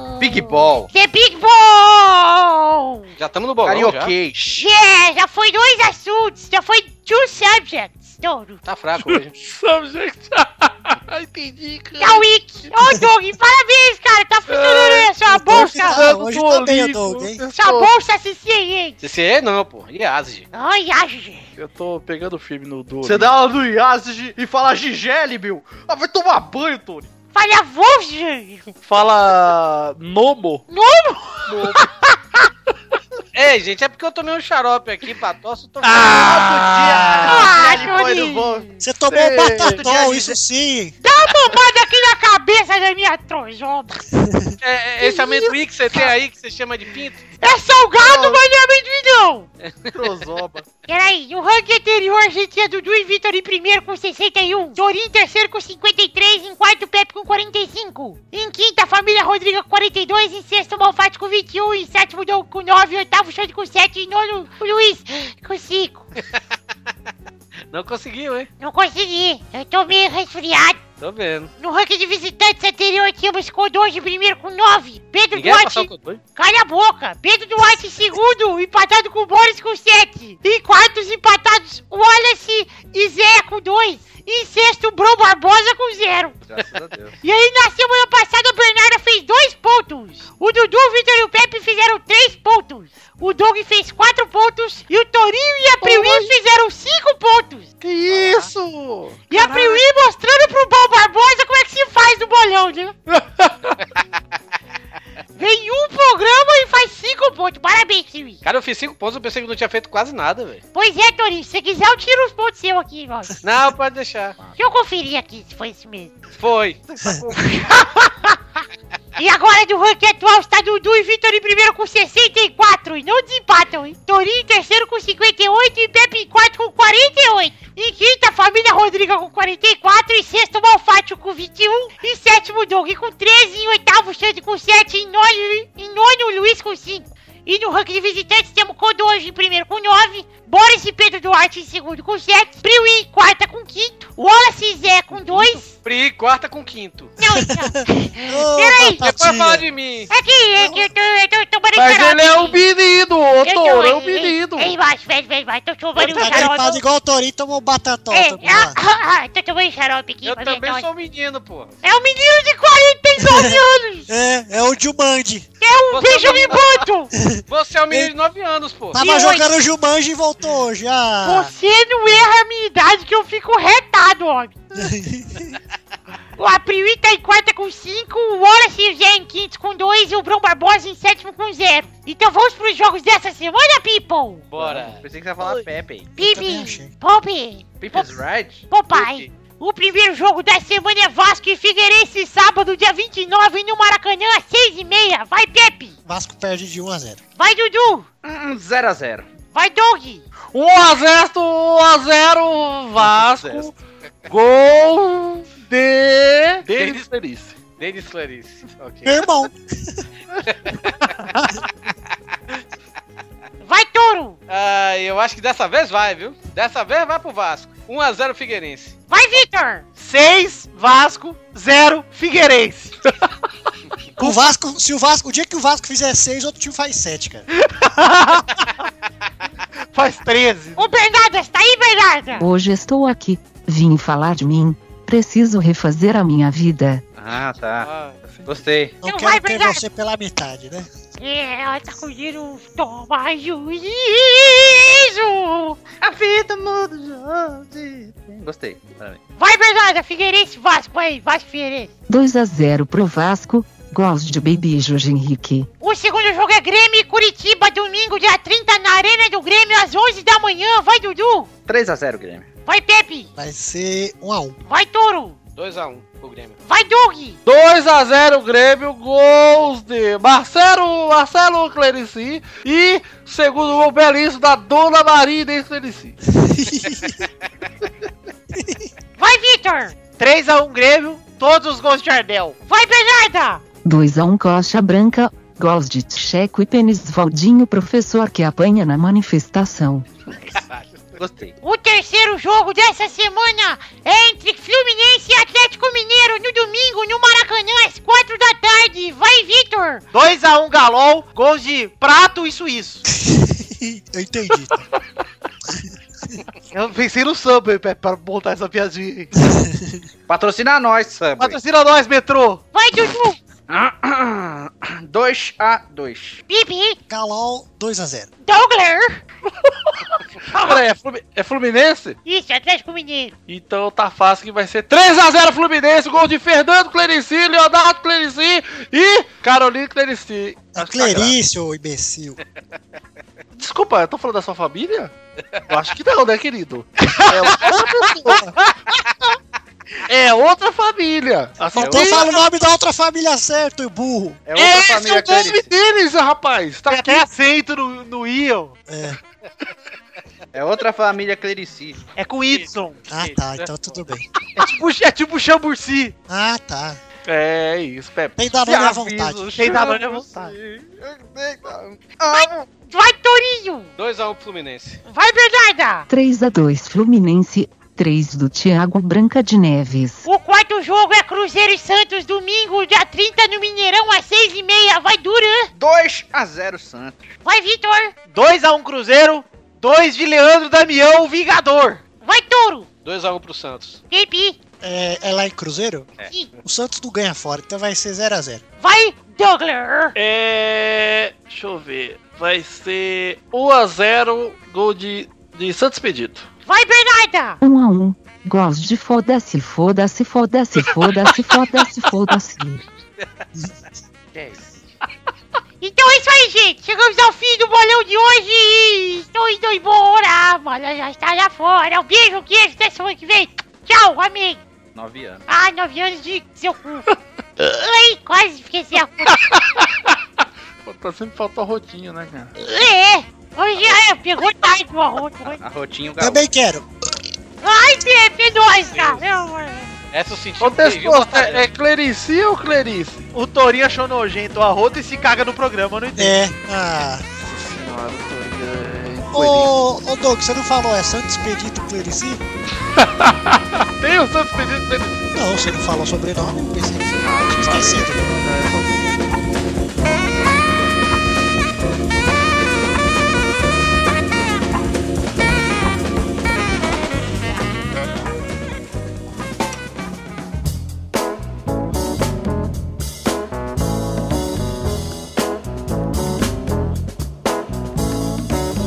um é Big Ball. The Big Ball! Já estamos no bolão já. Karaokê. Yeah, É, já foi dois assuntos, já foi two subjects. Douro. Tá fraco hoje. Subject. Entendi, cara. Tá weak. Ô, Doug, parabéns, cara. Tá funcionando aí a sua bolsa. precisando Hoje do tá bem, Olímpico. Doug, hein? Sua bolsa CCA. CCE não, pô. Iase. Ai, ai. Eu tô pegando filme no do. Você dá uma no Yazid e fala Gigele, meu. Ah, vai tomar banho, Tony. Falha a voz, gente. Fala. Ah, Nomo. Nomo? É, gente, é porque eu tomei um xarope aqui pra tosse. Eu tô Ah, Gigele, pô, Tony. não vou- Você tomou Sei. um batatol, isso sim. Dá uma bombada aqui na cabeça da minha trojoba. É, é, esse amendoim que você tem aí, que você chama de pinto. É salgado, mas não é amendoim, não. Trozoba. Peraí, no ranking anterior a gente tinha Dudu e Vitor em primeiro com 61, Dorinho em terceiro com 53, em quarto Pepe com 45, em quinta a família Rodrigo com 42, em sexto Malfatti com 21, em sétimo Dom com 9, em oitavo Xande com 7, em nono o Luiz com 5. Não conseguiu, hein? Não consegui, eu tô meio resfriado. Tô vendo. No ranking de visitantes anterior tínhamos Codonge em primeiro com 9, Pedro Ninguém vai Duarte passar o codoi? Cala a boca! Pedro Duarte em segundo, empatado com o Boris com 7. Em quartos, empatados Wallace e Zé com 2. Em sexto, Bruno Barbosa com 0. Graças a Deus. E aí, na semana passada, o Bernardo fez 2 pontos. O Dudu, o Vitor e o Pepe fizeram 3 pontos. O Doug fez 4 pontos. E o Torinho e a Priwi fizeram 5 pontos. Que isso! E a Priwi mostrando pro Bom Barbosa como é que se faz no bolão, né? Vem um programa e faz 5 pontos. Parabéns, Priwi. Cara, eu fiz cinco pontos, eu pensei que não tinha feito quase nada, velho. Pois é, Torinho, se você quiser, eu tiro os pontos seus aqui, irmão. Deixa Não, pode deixar. eu conferir aqui se foi isso mesmo. Foi. E agora do ranking atual está tá Dudu e Vitor em primeiro com 64 e não desempatam, hein? Torinho em terceiro com 58 e Pepe em quarto com 48. Em quinta, a família Rodrigo com 44, em sexto, Malfátio com 21, em sétimo, Doug com 13, em oitavo, Xande com 7, em nono, em nono Luiz com 5. E no ranking de visitantes temos Kodoji em primeiro com 9, Boris e Pedro Duarte em segundo com 7, Priwi em quarta com 5, Wallace e Zé com 2. Pri, quarta com quinto. Não, então. Peraí, Peraí. depois fala de mim. É que, é que eu tô, eu tô tomando Mas xarope. ele é um menino, ô, Eu tô- Toro, é um ei, ei, menino. Ei, embaixo, vem, vem, vai. Tô tomando um Tá xarope. gripado igual o Torinho, tomou um batatol. É, também, ah, lá. ah, ah, tô tomando xarope aqui. Eu pra também ver, sou um menino, pô. É um menino de 49 anos. É, é o Jumanji. É um Você beijo não- me boto. Você é um menino de 9 anos, pô. Tava E jogando hoje? Jumanji e voltou hoje. Ah, Você não erra a minha idade que eu fico retado, homem. o Apriui tá em quarta com 5, o Wallace e o Zé em quinto com 2 e o Brom Barbosa em sétimo com 0. Então vamos pros jogos dessa semana, people. Bora. Pensei que você ia falar Pepe. Bibi, Pompey, Pepe's Ride? Popai. O primeiro jogo da semana é Vasco e Figueirense, sábado, dia 29, no Maracanã, às 6h30. Vai, Pepe! Vasco perde de 1 a 0. Vai, Dudu! Um 0x0. Vai, Doug! 1x0, 1x0, Vasco. Gol de. Denis Clarice. Denis Clarice. Ok. Meu irmão. Vai, Touro! Ah, eu acho que dessa vez vai, viu? Dessa vez vai pro Vasco. 1x0 Figueirense. Vai, Vitor! 6, Vasco, 0, Figueirense. O Vasco, se o Vasco, o dia que o Vasco fizer 6, outro time faz 7, cara. Faz 13. Ô, Bernardo, está aí, Bernardo? Hoje estou aqui. Vim falar de mim. Preciso refazer a minha vida. Ah, tá. Gostei. Não Não vai quero ter brigar. você pela metade, né? É, ela tá cogindo, toma juízo! A vida muda de... Gostei. Parabéns. Vai, Bernardo! Figueirense, Vasco, vai, Vasco, Figueirense. 2 a 0 pro Vasco. Gosto de Baby Jorge Henrique. O segundo jogo é Grêmio e Curitiba, domingo, dia 30, na Arena do Grêmio, às 11 da manhã. Vai, Dudu! 3x0, Grêmio. Vai, Pepe! Vai ser 1 a 1. Vai, Touro! 2x1 pro Grêmio. Vai, Doug! 2x0 Grêmio, gols de Marcelo, Marcelo Clerici e segundo gol belíssimo da Dona Maria Denis Clerici. Vai, Vitor! 3x1 Grêmio, todos os gols de Jardel. Vai, Bernarda! 2 a 1 Coxa Branca. Gols de Tcheco e Penisvaldinho, professor que apanha na manifestação. Gostei. O terceiro jogo dessa semana é entre Fluminense e Atlético Mineiro no domingo no Maracanã às 4 da tarde. Vai, Vitor! 2x1 Galol, gols de Prato e Suíço. Eu entendi. Tá. Eu pensei no Subway Pepe, pra montar essa piadinha. aí. Patrocina nós, Sam. Patrocina nós, metrô! Vai, Dudu! 2 a 2 Bibi! Galol, 2x0. Douglas! Peraí, é Flumi- é Fluminense? Isso, Atlético Mineiro. Então tá fácil que vai ser 3x0 Fluminense, gol de Fernando Clerici, Leonardo Clerici e Carolina Clerici. É Clerício, ô imbecil. Desculpa, eu tô falando da sua família? Eu acho que não, né, querido? É outra família. Assim, Então fala o nome da outra família certo, e burro. É outra Esse família, é o nome deles, rapaz. Tá É até assim. aceito no, no Ion. É outra família clerici. É com Y. Ah, tá, então tudo bem. É tipo, é tipo Chamburci. Ah, tá. É isso, Pepe. Tem Danone à vontade. Tem Danone à vontade. Vai, vai Torinho! 2x1 pro Fluminense. Vai, Bernarda! 3 a 2 Fluminense, 3 do Thiago Branca de Neves. O quarto jogo é Cruzeiro e Santos, domingo, dia 30, no Mineirão, às 6h30. Vai, Duran! 2 a 0 Santos. Vai, Vitor! 2x1 Cruzeiro, 2 de Leandro Damião, o Vingador. Vai, Touro! 2x1 pro Santos. Bibi! É, é lá em Cruzeiro? Sim. O Santos não ganha fora, então vai ser 0x0. Vai, Douglas! É. Deixa eu ver. Vai ser 1x0 gol de, de Santos Pedido. Vai, Bernarda! 1 a 1 Gosto de foda-se, foda-se, foda-se, foda-se, foda-se, foda-se. Então é isso aí, gente. Chegamos ao fim do bolão de hoje e estou indo embora. A bola já está lá fora. Um beijo, um queijo. Até semana que vem. Tchau, amém. 9 anos. Ah, nove anos de seu cu. Ai, quase fiquei sem a conta. Pô, tá sempre faltou rotinho, né, cara? É, hoje é, pegou tarde o arroto. hoje. A rotinho gaúcho. Também quero. Ai, Pepe, nós, cara. Essa eu senti Ô, um beijinho Testoso, na é, tabela. é Clerici ou Clerice? O Torinho achou nojento o arroto e se caga no programa, eu não entendo. É. Ah. Senhora, eu tô aí, Ô, ô Doug, você não falou é Santos Pedito Clerici? é, Tem o Santos Pedido Clerici. Não, você não falou o sobrenome, eu pensei que você tinha esquecido.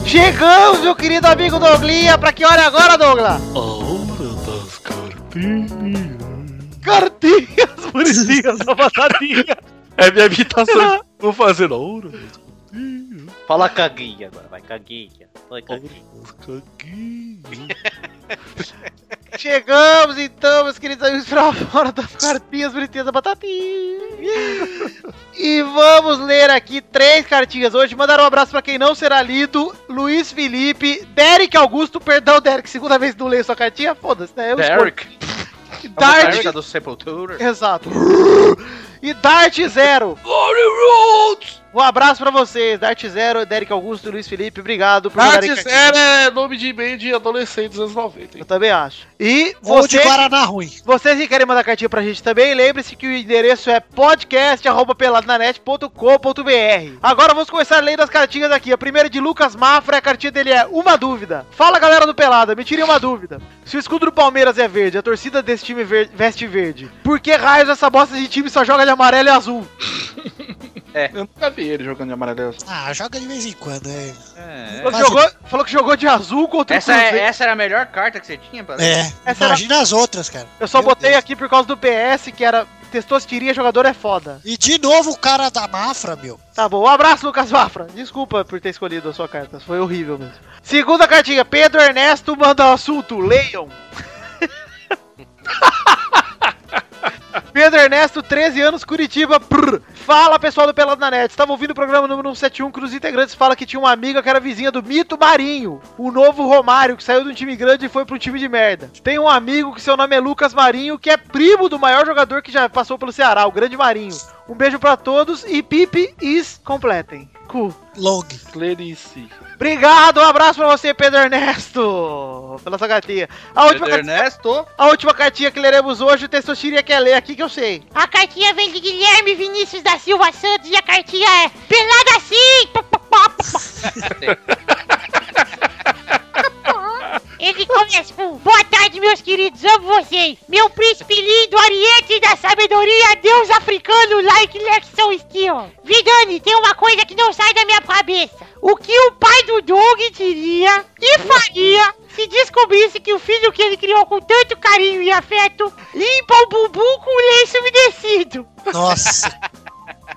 Chegamos, meu querido amigo Douglinha. Pra que hora é agora, Douglas? A hora das cartinhas. Cartinhas bonitinhas da passadinha. É minha imitação. Vou fazer na hora das cartinhas. Fala caguinha agora, vai, caguinha. Vai, A hora caguinha. das cartinhas. Chegamos, então, meus queridos amigos, pra fora das cartinhas bonitinhas da batatinha. E vamos ler aqui três cartinhas hoje. Mandar um abraço pra quem não será lido: Luiz Felipe, Derek Augusto. Perdão, Derek, segunda vez que não leio sua cartinha? Foda-se, né? Eu Derek. escolho. É uma Dart. música do Sepultura. Exato. E Dart Zero. Um abraço pra vocês, Dart Zero, Derek Augusto, Luiz Felipe. Obrigado por mandarem Antes cartinha. era nome de e-mail de adolescente dos anos 90. Eu hein? também acho. E Ou de você. Guaraná ruim. Vocês que querem mandar cartinha pra gente também, lembre-se que o endereço é podcast.peladnanet.com.br. Agora vamos começar lendo as cartinhas aqui. A primeira é de Lucas Mafra, a cartinha dele é Uma Dúvida. Fala galera do Pelada, me tirem uma dúvida. Se o escudo do Palmeiras é verde, a torcida desse time ver- veste verde, por que raios essa bosta de time só joga de amarelo e azul? É. Eu nunca vi ele jogando de amarelo. Ah, joga de vez em quando, é. É. Falou que, Mas- jogou, falou que jogou de azul contra Essa, o é- Cruzeiro. essa era a melhor carta que você tinha, pra ler? É. Essa era- Imagina as outras, cara. é- Eu só Meu botei Deus. aqui por causa do PS, que era testosteria, jogador é foda. E de novo o cara da Mafra, meu. Tá bom, um abraço, Lucas Vafra. Desculpa por ter escolhido a sua carta, foi horrível mesmo. Segunda cartinha, Pedro Ernesto um manda o assunto, leiam. Pedro Ernesto, 13 anos, Curitiba. Prr. Fala pessoal do Pelado na Net. Estava ouvindo o programa número 171, que os integrantes fala que tinha uma amiga que era vizinha do Mito Marinho, o novo Romário, que saiu de um time grande e foi para um time de merda. Tem um amigo que seu nome é Lucas Marinho, que é primo do maior jogador que já passou pelo Ceará, o Grande Marinho. Um beijo para todos e Pipe is completem. Cu. Long. Clarice. Obrigado, um abraço pra você, Pedro Ernesto, pela sua cartinha. A última Pedro cartinha- A última cartinha que leremos hoje, o Testosterinha quer ler aqui que eu sei. A cartinha vem de Guilherme Vinícius da Silva Santos e a cartinha é Pelada assim! pá, pá, pá, pá. Ele começa com Boa tarde, meus queridos, amo vocês. Meu príncipe lindo, ariete da sabedoria, deus africano, like Lexon Steel. Vidani, tem uma coisa que não sai da minha cabeça. O que o pai do Doug diria e faria se descobrisse que o filho que ele criou com tanto carinho e afeto limpa o bumbum com lenço umedecido? Nossa.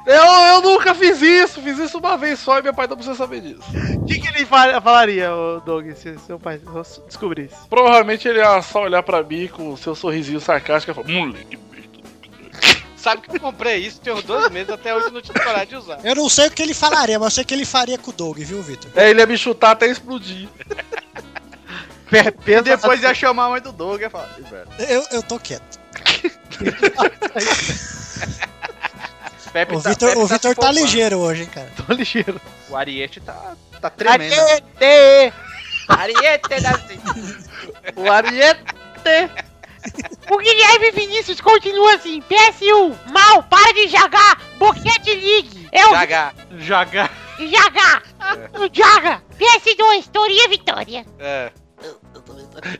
Eu, eu nunca fiz isso, fiz isso uma vez só e meu pai não precisa saber disso. O que, que ele fa- falaria, ô, Doug, se seu pai descobrisse? Provavelmente ele ia só olhar pra mim com o seu sorrisinho sarcástico e falar, "Hum." moleque. é. Sabe que eu comprei isso, tem uns dois meses, até hoje eu não tive coragem de usar. Eu não sei o que ele falaria, mas eu sei o que ele faria com o Doug, viu, Vitor? É, ele ia me chutar até explodir. E depois ia chamar a mãe do Doug e ia falar, "Ih, velho. Eu, eu tô quieto. Pepe o tá- Vitor Pepe o tá Vitor se tá, poupando. ligeiro hoje, hein, cara. Tô ligeiro. O Ariete tá, tá tremendo. Ariete! Ariete da O Ariete! O Guilherme Vinícius continua assim: PS1, mal, para de jogar Boquete League. É o Jagar. Jagar. Jaga! O Jaga! PS2, Toria Vitória. É.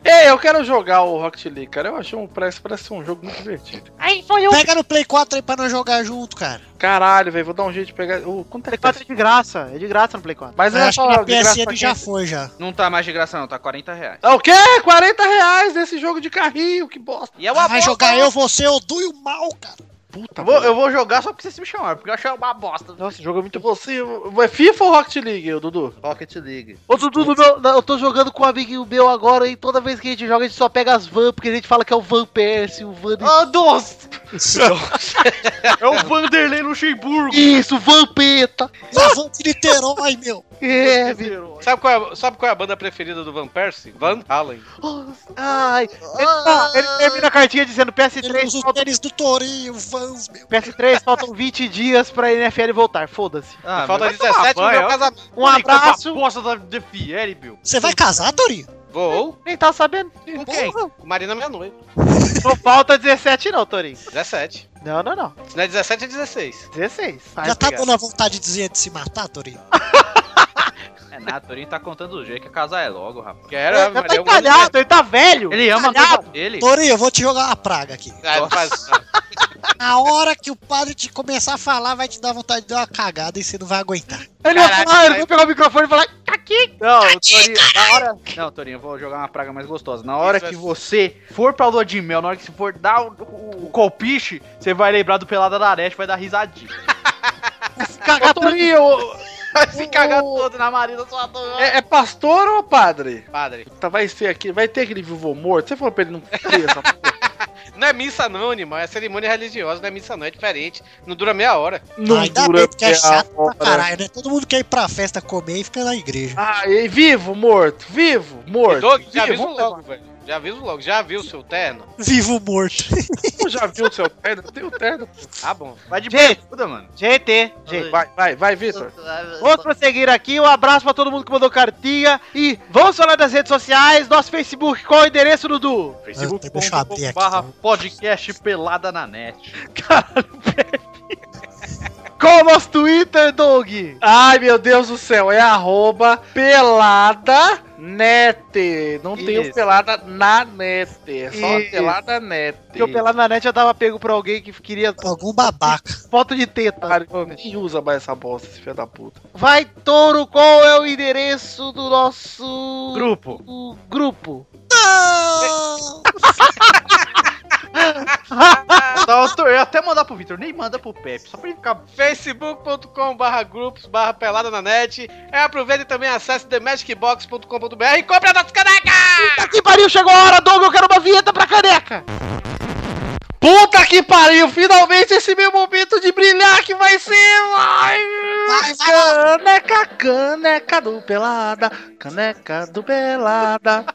É, eu quero jogar o Rocket League, cara. Eu achei um parece, parece um jogo muito divertido. Aí foi o. Pega no Play 4 aí pra nós jogar junto, cara. Caralho, velho, vou dar um jeito de pegar. Ô, quanto é que é de graça, é de graça no Play 4. Mas Eu eu ia acho que falar, na de graça pra PSN quem- já foi, já. Não tá mais de graça não, tá 40 reais. Ah, O quê? 40 reais nesse jogo de carrinho, que bosta. E é Vai jogar eu, você, o Du e o Mal, cara. Eu vou, eu vou jogar só porque vocês me chamaram, porque eu achei uma bosta. Nossa, o jogo é muito Você é FIFA ou Rocket League, ô, Dudu? Rocket League. Ô, Dudu, no meu- na- eu tô jogando com um amiguinho meu agora e toda vez que a gente joga, a gente só pega as van, porque a gente fala que é o Van Persie, o Van... Ah, nossa! É o Vanderlei Luxemburgo. Isso, Vampeta! Levante Niterói, meu! É, meu. Sabe qual é, sabe qual é a banda preferida do Van Persie? Van Halen. Ai, ele, tá- Ah. ele termina a cartinha dizendo PS3 Os faltam- tênis do Torinho, Vans, meu. PS3 faltam 20 dias pra NFL voltar, foda-se. Ah, Falta mas vai tomar 17 pro banho, meu casamento. Um abraço. Bosta da DFL, Bill. Você vai casar, Torinho? Vou. Nem tá sabendo. Com quem? Com Marina Minha Noiva. Não falta 17 não, Torinho. 17. Não, não, não. Se não é 17, é 16. 16. Já tá dando a vontade de dizer de se matar, Torinho? É nada, Torinho tá contando o jeito que casar é logo, rapaz. Quero, Ele tá encalhado, ele tá velho. Ele ama a Encalhado. noiva dele. Torinho, eu vou te jogar uma praga aqui. Ah, não faz- Na hora que o padre te começar a falar, vai te dar vontade de dar uma cagada e você não vai aguentar. Ele vai Caraca, falar, ele mas- vai pegar o microfone e falar, aqui. Não, Torinho, na hora. Não, Torinho, eu vou jogar uma praga mais gostosa. Na hora Isso é- que você for pra lua de mel, na hora que você for dar o, o, o colpiche, você vai lembrar do Pelada da Arete, vai dar risadinha. Cagar Torinho. Vai se cagar todo na marina sua dor. É, é pastor ou padre? Padre. Tá, vai ser aqui, vai ter aquele vivo morto. Você falou pra ele não ter essa porra. Não é missa não, animal. É cerimônia religiosa, não é missa não, é diferente. Não dura meia hora. Não Ainda dura bem, porque é meia chato pra hora. caralho, né? Todo mundo quer ir pra festa comer e fica na igreja. Ah, e vivo, morto, vivo, morto. Doug, já vivo, aviso logo, velho. Já aviso logo. Já viu o seu terno? Vivo morto. Eu já viu o seu terno? Eu tenho terno. Tá bom. Vai de Gente. bermuda, mano. GT, GT. Vai, vai, vai, Vitor. Vamos prosseguir aqui. Um abraço pra todo mundo que mandou cartinha. E vamos falar das redes sociais. Nosso Facebook, qual é o endereço, Dudu? Ah, deixa eu abrir aqui. então. Barra podcast pelada na net. Qual é o nosso Twitter, Doug? Ai, meu Deus do céu, é arroba pelada net. Não tem Isso. o pelada na net, é só Isso. pelada net. Porque eu pelado na net já tava pego pra alguém que queria Algum babaca. foto de teta. Cara, Quem usa mais essa bosta, esse filho da puta? Vai, Touro, qual é o endereço do nosso Grupo. o grupo? Não! Tá, eu tô- eu ia até mandar pro Vitor, nem manda pro Pepe, só pra ele ficar. facebook.com barra grupos barra pelada na net é, aproveita e também acesse themagicbox.com.br e compre a nossa caneca Puta que pariu, chegou a hora, Doug, eu quero uma vinheta pra caneca! Puta que pariu! Finalmente esse meu momento de brilhar que vai ser. Ai, caneca, caneca do Pelada. Caneca do Pelada.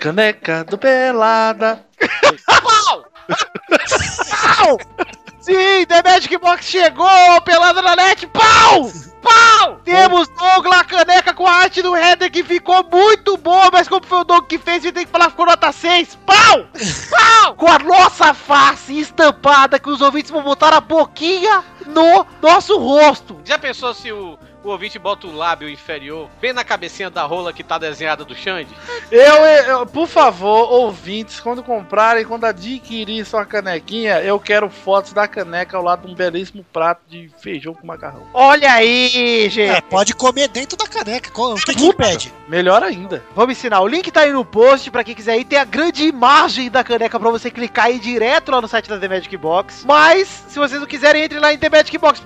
Caneca do Pelada. Pau! Pau! Sim, The Magic Box chegou, pelada na net, pau! Pau! Temos Doug na caneca com a arte do Header que ficou muito boa, mas como foi o Doug que fez, a gente tem que falar que ficou nota 6, pau! Pau! com a nossa face estampada que os ouvintes vão botar a boquinha no nosso rosto. Já pensou se o, o ouvinte bota o lábio inferior bem na cabecinha da rola que tá desenhada do Xande? Eu, eu- por favor, ouvintes, quando comprarem, quando adquirir sua canequinha, eu quero fotos da caneca ao lado de um belíssimo prato de feijão com macarrão. Olha aí, gente. É, pode comer dentro da caneca. O que, impede? Melhor ainda. Vamos ensinar. O link tá aí no post pra quem quiser ir. Tem a grande imagem da caneca pra você clicar aí direto lá no site da The Magic Box. Mas, se vocês não quiserem, entre lá em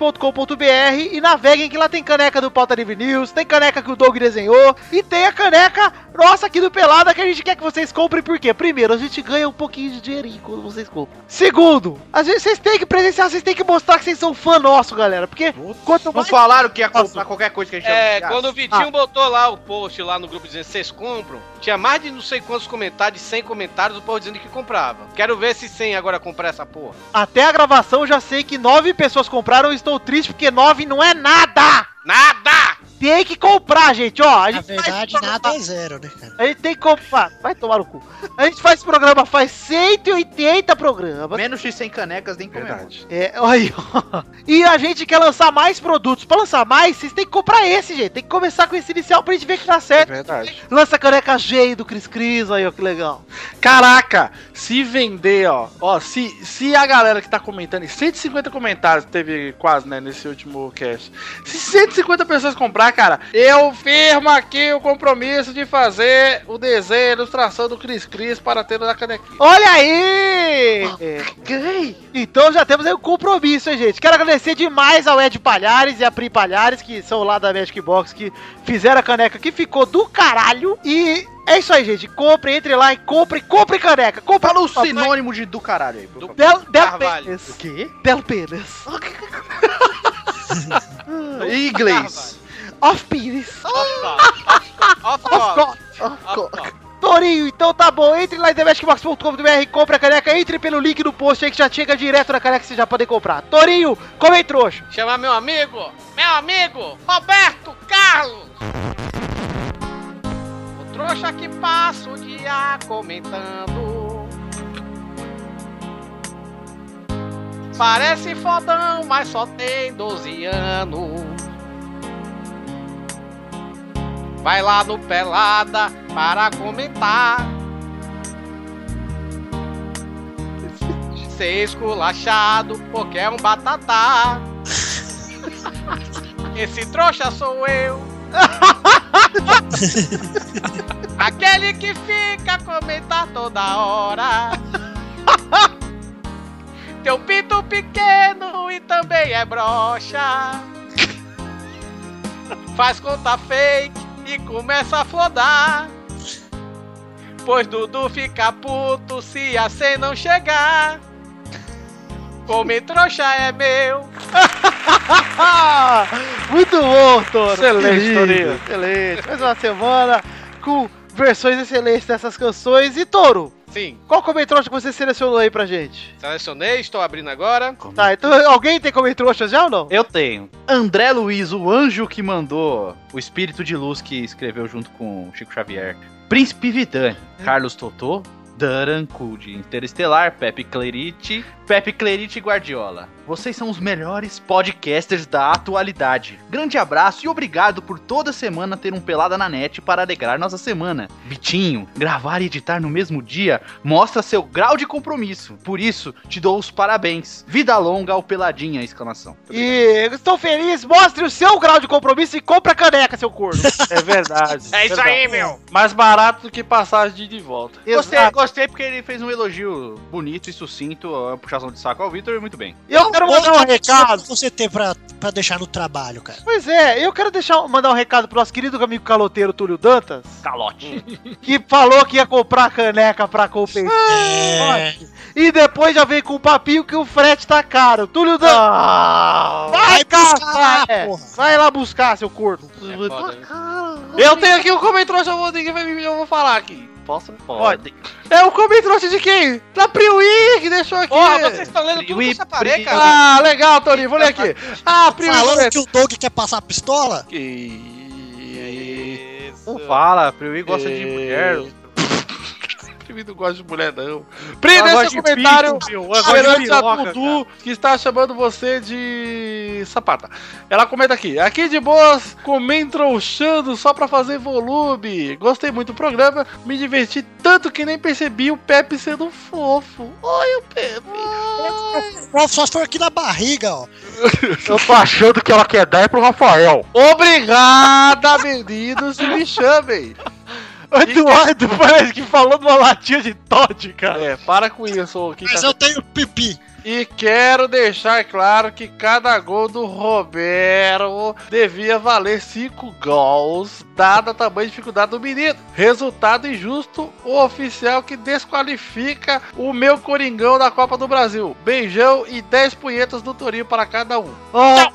themagicbox.com.br e naveguem que lá tem caneca do Pauta Livre News, tem caneca que o Doug desenhou e tem a caneca nossa aqui do Pelada que a gente quer que vocês comprem. Por quê? Primeiro, a gente ganha um pouquinho de dinheirinho quando vocês compram. Segundo, às vezes vocês têm que presenciar, vocês têm que mostrar que vocês são fã nosso, galera. Porque quanto mais... Não falaram que ia comprar qualquer coisa que a gente É, anunciasse? quando o Vitinho Ah, botou lá o post lá no grupo dizendo vocês compram, tinha mais de não sei quantos comentários, 100 comentários, o povo dizendo que comprava. Quero ver se 100 agora comprar essa porra. Até a gravação eu já sei que nove pessoas compraram e estou triste porque nove não é nada! Nada! Tem que comprar, gente, ó. A gente Na verdade, nada é zero, né, cara? A gente tem que comprar. Vai tomar no cu. A gente faz programa, faz 180 programas. ah, Menos de 100 canecas, nem comemora. É, olha aí, ó. E a gente quer lançar mais produtos. Pra lançar mais, vocês têm que comprar esse, gente. Tem que começar com esse inicial pra gente ver que dá certo. verdade. Lança a caneca G do Cris Cris, aí, ó, que legal. Caraca, se vender, ó, ó, se, se a galera que tá comentando, e 150 comentários teve quase, né, nesse último cast. Se 150 pessoas comprar, cara, eu firmo aqui o compromisso de fazer o desenho, a ilustração do Cris Cris para ter na canequinha. Olha aí! É. Então já temos aí um compromisso, hein, gente? Quero agradecer demais ao Ed Palhares e a Pri Palhares, que são lá da Magic Box, que fizeram a caneca que ficou do caralho. E é isso aí, gente. Compre, entre lá e compre, compre caneca. Compre Fala o sinônimo de do caralho aí. Do Belo, belo Carvalho. Pênis. O quê? Belo Pênis. Em inglês. Off Pênis. Off cock. Off cock. Torinho, então tá bom, entre lá em TheMagicBox.com.br, compra a caneca, entre pelo link do post aí que já chega direto na caneca que vocês já podem comprar. Torinho, come aí, trouxa. Chamar meu amigo, meu amigo, Roberto Carlos. O trouxa que passa o dia comentando. Parece fodão, mas só tem 12 anos. Vai lá no Pelada para comentar. Ser esculachado porque é um batatá. Esse trouxa sou eu. Aquele que fica a comentar toda hora. Teu pinto pequeno e também é broxa. Faz conta fake e começa a flodar. Pois Dudu fica puto se a 100 não chegar. Come trouxa é meu. Ah, Muito bom, Toro. Excelente, Que lindo. Torinho. Excelente. Mais uma semana com versões excelentes dessas canções. E, Toro, Sim, qual comentrouxa que você selecionou aí pra gente? selecionei, estou abrindo agora. Tá, então alguém tem comentrouxa já ou não? Eu tenho. André Luiz, o anjo que mandou o espírito de luz que escreveu junto com o Chico Xavier. Príncipe Vidani, Carlos Totô, Daran Kud, Interestelar, Pepe Clerite, Pepe Clerite e Guardiola. Vocês são os melhores podcasters da atualidade. Grande abraço e obrigado por toda semana ter um Pelada na Net para alegrar nossa semana. Vitinho, gravar e editar no mesmo dia mostra seu grau de compromisso. Por isso, te dou os parabéns. Vida longa ao Peladinha! Exclamação. E estou feliz, mostre o seu grau de compromisso e compra a caneca, seu corno. É verdade. É isso aí, verdade. meu. Mais barato do que passagem de ida e volta. Gostei, gostei porque ele fez um elogio bonito e sucinto, a puxação de um saco ao Vitor, e muito bem. Eu quero mandar um recado. que você tem pra, pra deixar no trabalho, cara? Pois é, eu quero deixar, mandar um recado pro nosso querido amigo caloteiro Túlio Dantas. Hum. Calote. que falou que ia comprar caneca pra compensar. É, E depois já veio com o papinho que o frete tá caro. Túlio Dantas. Ah, vai, caçar, é. Vai lá buscar, seu corno. É né? Eu tenho aqui um comentário, eu vou, ninguém vai me- eu vou falar aqui. Posso? Pode. É o comentário de quem? Da Priuí, que deixou aqui. Porra, vocês estão lendo tudo que eu separei, cara. Ah, legal, Torinho, vou ler aqui. Ah, Priuí. Falando que o Doug quer passar a pistola? Não fala, Priui gosta É. de mulher. Priui não gosta de mulher, não. é Pri, Ela deixa é gosta o de comentário. pinto, Bill. Ah, A Verônica piroca, Dudu, que está chamando você de sapata. Ela comenta aqui. Aqui de boas, comentrouxando só pra fazer volume. Gostei muito do programa. Me diverti tanto que nem percebi o Pepe sendo fofo. Oi, o Pepe. Ó, Só se for aqui na barriga, ó. Eu tô achando que ela quer dar é pro Rafael. Obrigada, meninos, e me chamem. Eduardo parece que falou de uma latinha de Todd, cara. É, para com isso, ô, quem Mas tá- Então eu tenho pipi. E quero deixar claro que cada gol do Romero devia valer 5 gols, dada a tamanha dificuldade do menino. Resultado injusto, o oficial que desqualifica o meu Coringão da Copa do Brasil. Beijão e 10 punhetas do Torinho para cada um.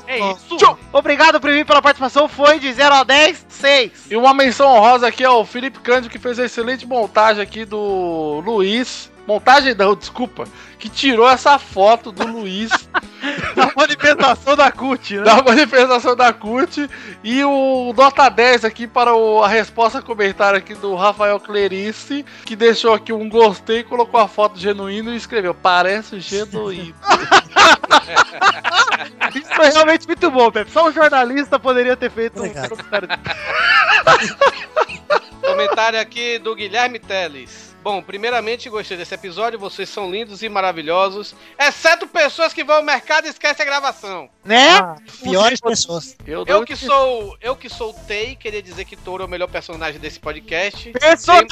é isso. Obrigado, Priuí, pela participação. Foi de 0 a 10, 6. E uma menção honrosa aqui ao Felipe Cândido, que fez a excelente montagem aqui do Luiz. Montagem não, desculpa. Que tirou essa foto do Luiz. da manifestação da CUT, né? Da manifestação da CUT. E o nota 10 aqui para o- a resposta comentário aqui do Rafael Clerice, que deixou aqui um gostei, colocou a foto genuíno e escreveu: Parece genuíno. Isso foi realmente muito bom, Pepe. Só um jornalista poderia ter feito um comentário. Comentário aqui do Guilherme Teles. Bom, primeiramente gostei desse episódio, vocês são lindos e maravilhosos, exceto pessoas que vão ao mercado e esquecem a gravação. Né? Piores pessoas. Eu, que sou, eu que sou Tei, queria dizer que Touro é o melhor personagem desse podcast. Personagem!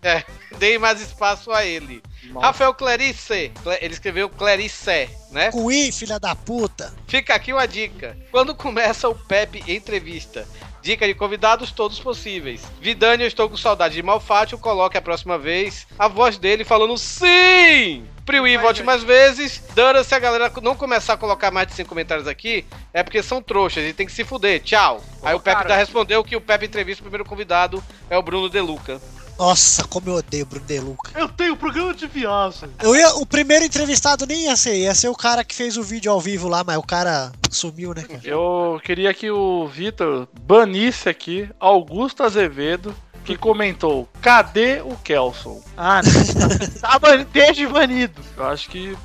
Dei, é, dei mais espaço a ele. Rafael Clarice, Cle- ele escreveu Clarice, né? Cuí, filha da puta. Fica aqui uma dica. Quando começa o Pepe entrevista, dica de convidados todos possíveis. Vidani, eu estou com saudade de Malfátio, coloque a próxima vez a voz dele falando sim! Priui, volte mais vezes. Dana, se a galera não começar a colocar mais de 100 comentários aqui, é porque são trouxas e tem que se fuder. Tchau. Aí o Pepe cara. já respondeu que o Pepe entrevista o primeiro convidado é o Bruno Deluca. Nossa, como eu odeio o Bruno Deluca. Eu um tenho programa de viagem. Eu ia, o primeiro entrevistado nem ia ser, ia ser o cara que fez o vídeo ao vivo lá, mas o cara sumiu, né? cara? Eu queria que o Vitor banisse aqui Augusto Azevedo, que comentou: Cadê o Kelson? Ah, não. tá ban- desde banido. Eu acho que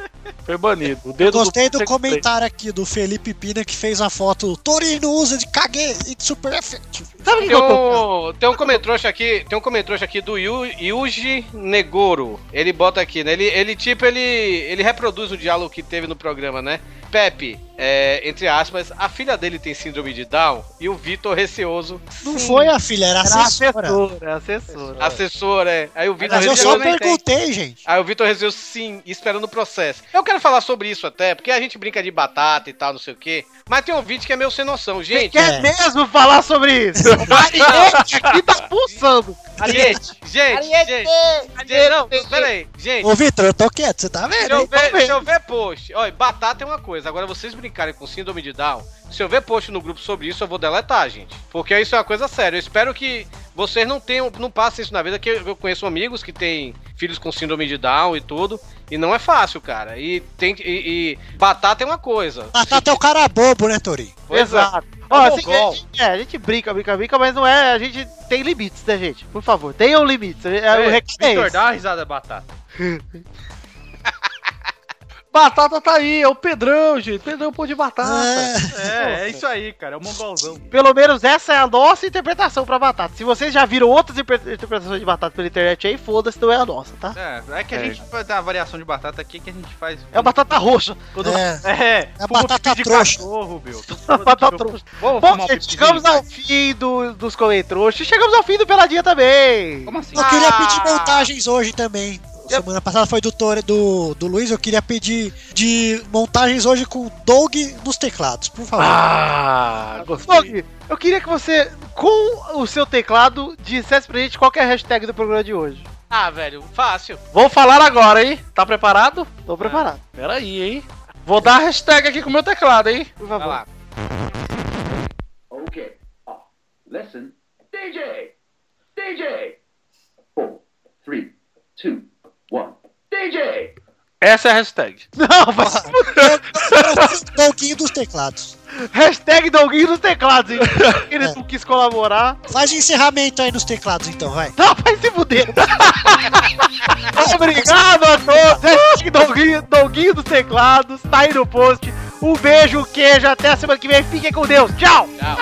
foi banido. O dedo Gostei do do comentário aqui do Felipe Pina que fez a foto Torino usa de cague e de super effect. Sabe Tem um, tem um comentrouxa aqui, tem um comentrouxa aqui do Yu, Yuji Negoro. Ele bota aqui, né? Ele, ele tipo, ele, ele reproduz o diálogo que teve no programa, né? Pepe, é, entre aspas, a filha dele tem síndrome de Down e o Vitor receoso. Não foi a filha, era a assessora. É assessor. Assessor, é. Aí o Vitor Mas eu só né, tem. perguntei, gente. Aí o Vitor resolveu sim, esperando o processo. Eu quero falar sobre isso até, porque a gente brinca de batata e tal, não sei o quê. Mas tem um vídeo que é meu sem noção, gente. Quer mesmo falar sobre isso? O Mariette aqui tá pulsando. Gente, gente, gente. gente não, peraí, gente. Ô, Vitor, eu tô quieto, você tá Se vendo? eu, hein? Tô ver, vendo. se eu ver post. Olha, batata é uma coisa. Agora vocês brincarem com síndrome de Down. Se eu ver post no grupo sobre isso, eu vou deletar, gente. Porque isso é uma coisa séria. Eu espero que vocês não tenham, não passem isso na vida, que eu eu conheço amigos que têm filhos com síndrome de Down e tudo. E não é fácil, cara. E tem que- e, e batata é uma coisa. Batata é o cara bobo, né, Torinho? Exato. É um Ó, assim, gol. a gente, é, a gente brinca, brinca, brinca, mas não é. A gente tem limites, né, gente? Por favor, tenham limites. É, o recado é Vitor, esse. dá uma risada batata. Batata tá aí, é o Pedrão, gente. Pedrão um pão de batata. É, é isso aí, cara. É o mongolzão. Pelo menos essa é a nossa interpretação pra batata. Se vocês já viram outras interpre- interpretações de batata pela internet aí, foda-se, não é a nossa, tá? É, é que a É. gente faz a variação de batata aqui que a gente faz. É a batata roxa. É, a fumo batata de trouxa. cachorro, Bill. batata trouxa. Vamos Bom, fumar um gente, pipizinho, chegamos ao fim do, dos comentrouxas. Chegamos ao fim do Peladinha também. Como assim? Ah. Eu queria pedir montagens hoje também. Semana passada foi do, Tore- do, do Luiz, eu queria pedir de montagens hoje com o Doug nos teclados, por favor. Ah, Dog, eu queria que você, com o seu teclado, dissesse pra gente qual que é a hashtag do programa de hoje. Ah, velho, fácil. Vou falar agora, hein? Tá preparado? Tô preparado. Peraí, hein? Vou dar a hashtag aqui com o meu teclado, hein? Por favor. lá. Okay. Oh, listen. DJ! DJ! Three, two, one. DJ! Essa é a hashtag. Não, vai se Doguinho dos teclados. Hashtag Doguinho dos teclados, hein? Ele não quis colaborar. Faz encerramento aí nos teclados, então, vai. Tá, vai se fuder. Obrigado a todos. Ah, Hashtag Doguinho, Doguinho dos teclados. Tá aí no post. Um beijo, um queijo. Até a semana que vem. Fiquem com Deus. Tchau. Tchau.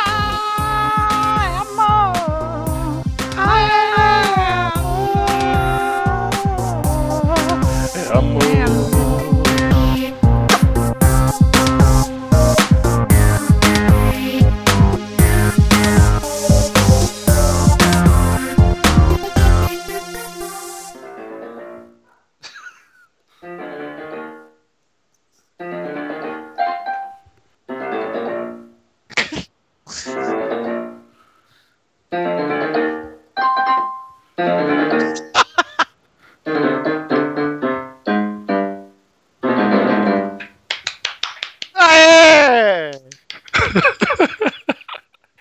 Aê!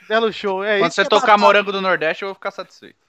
Belo show. É Quando isso você que é tocar batata. morango do Nordeste, eu vou ficar satisfeito.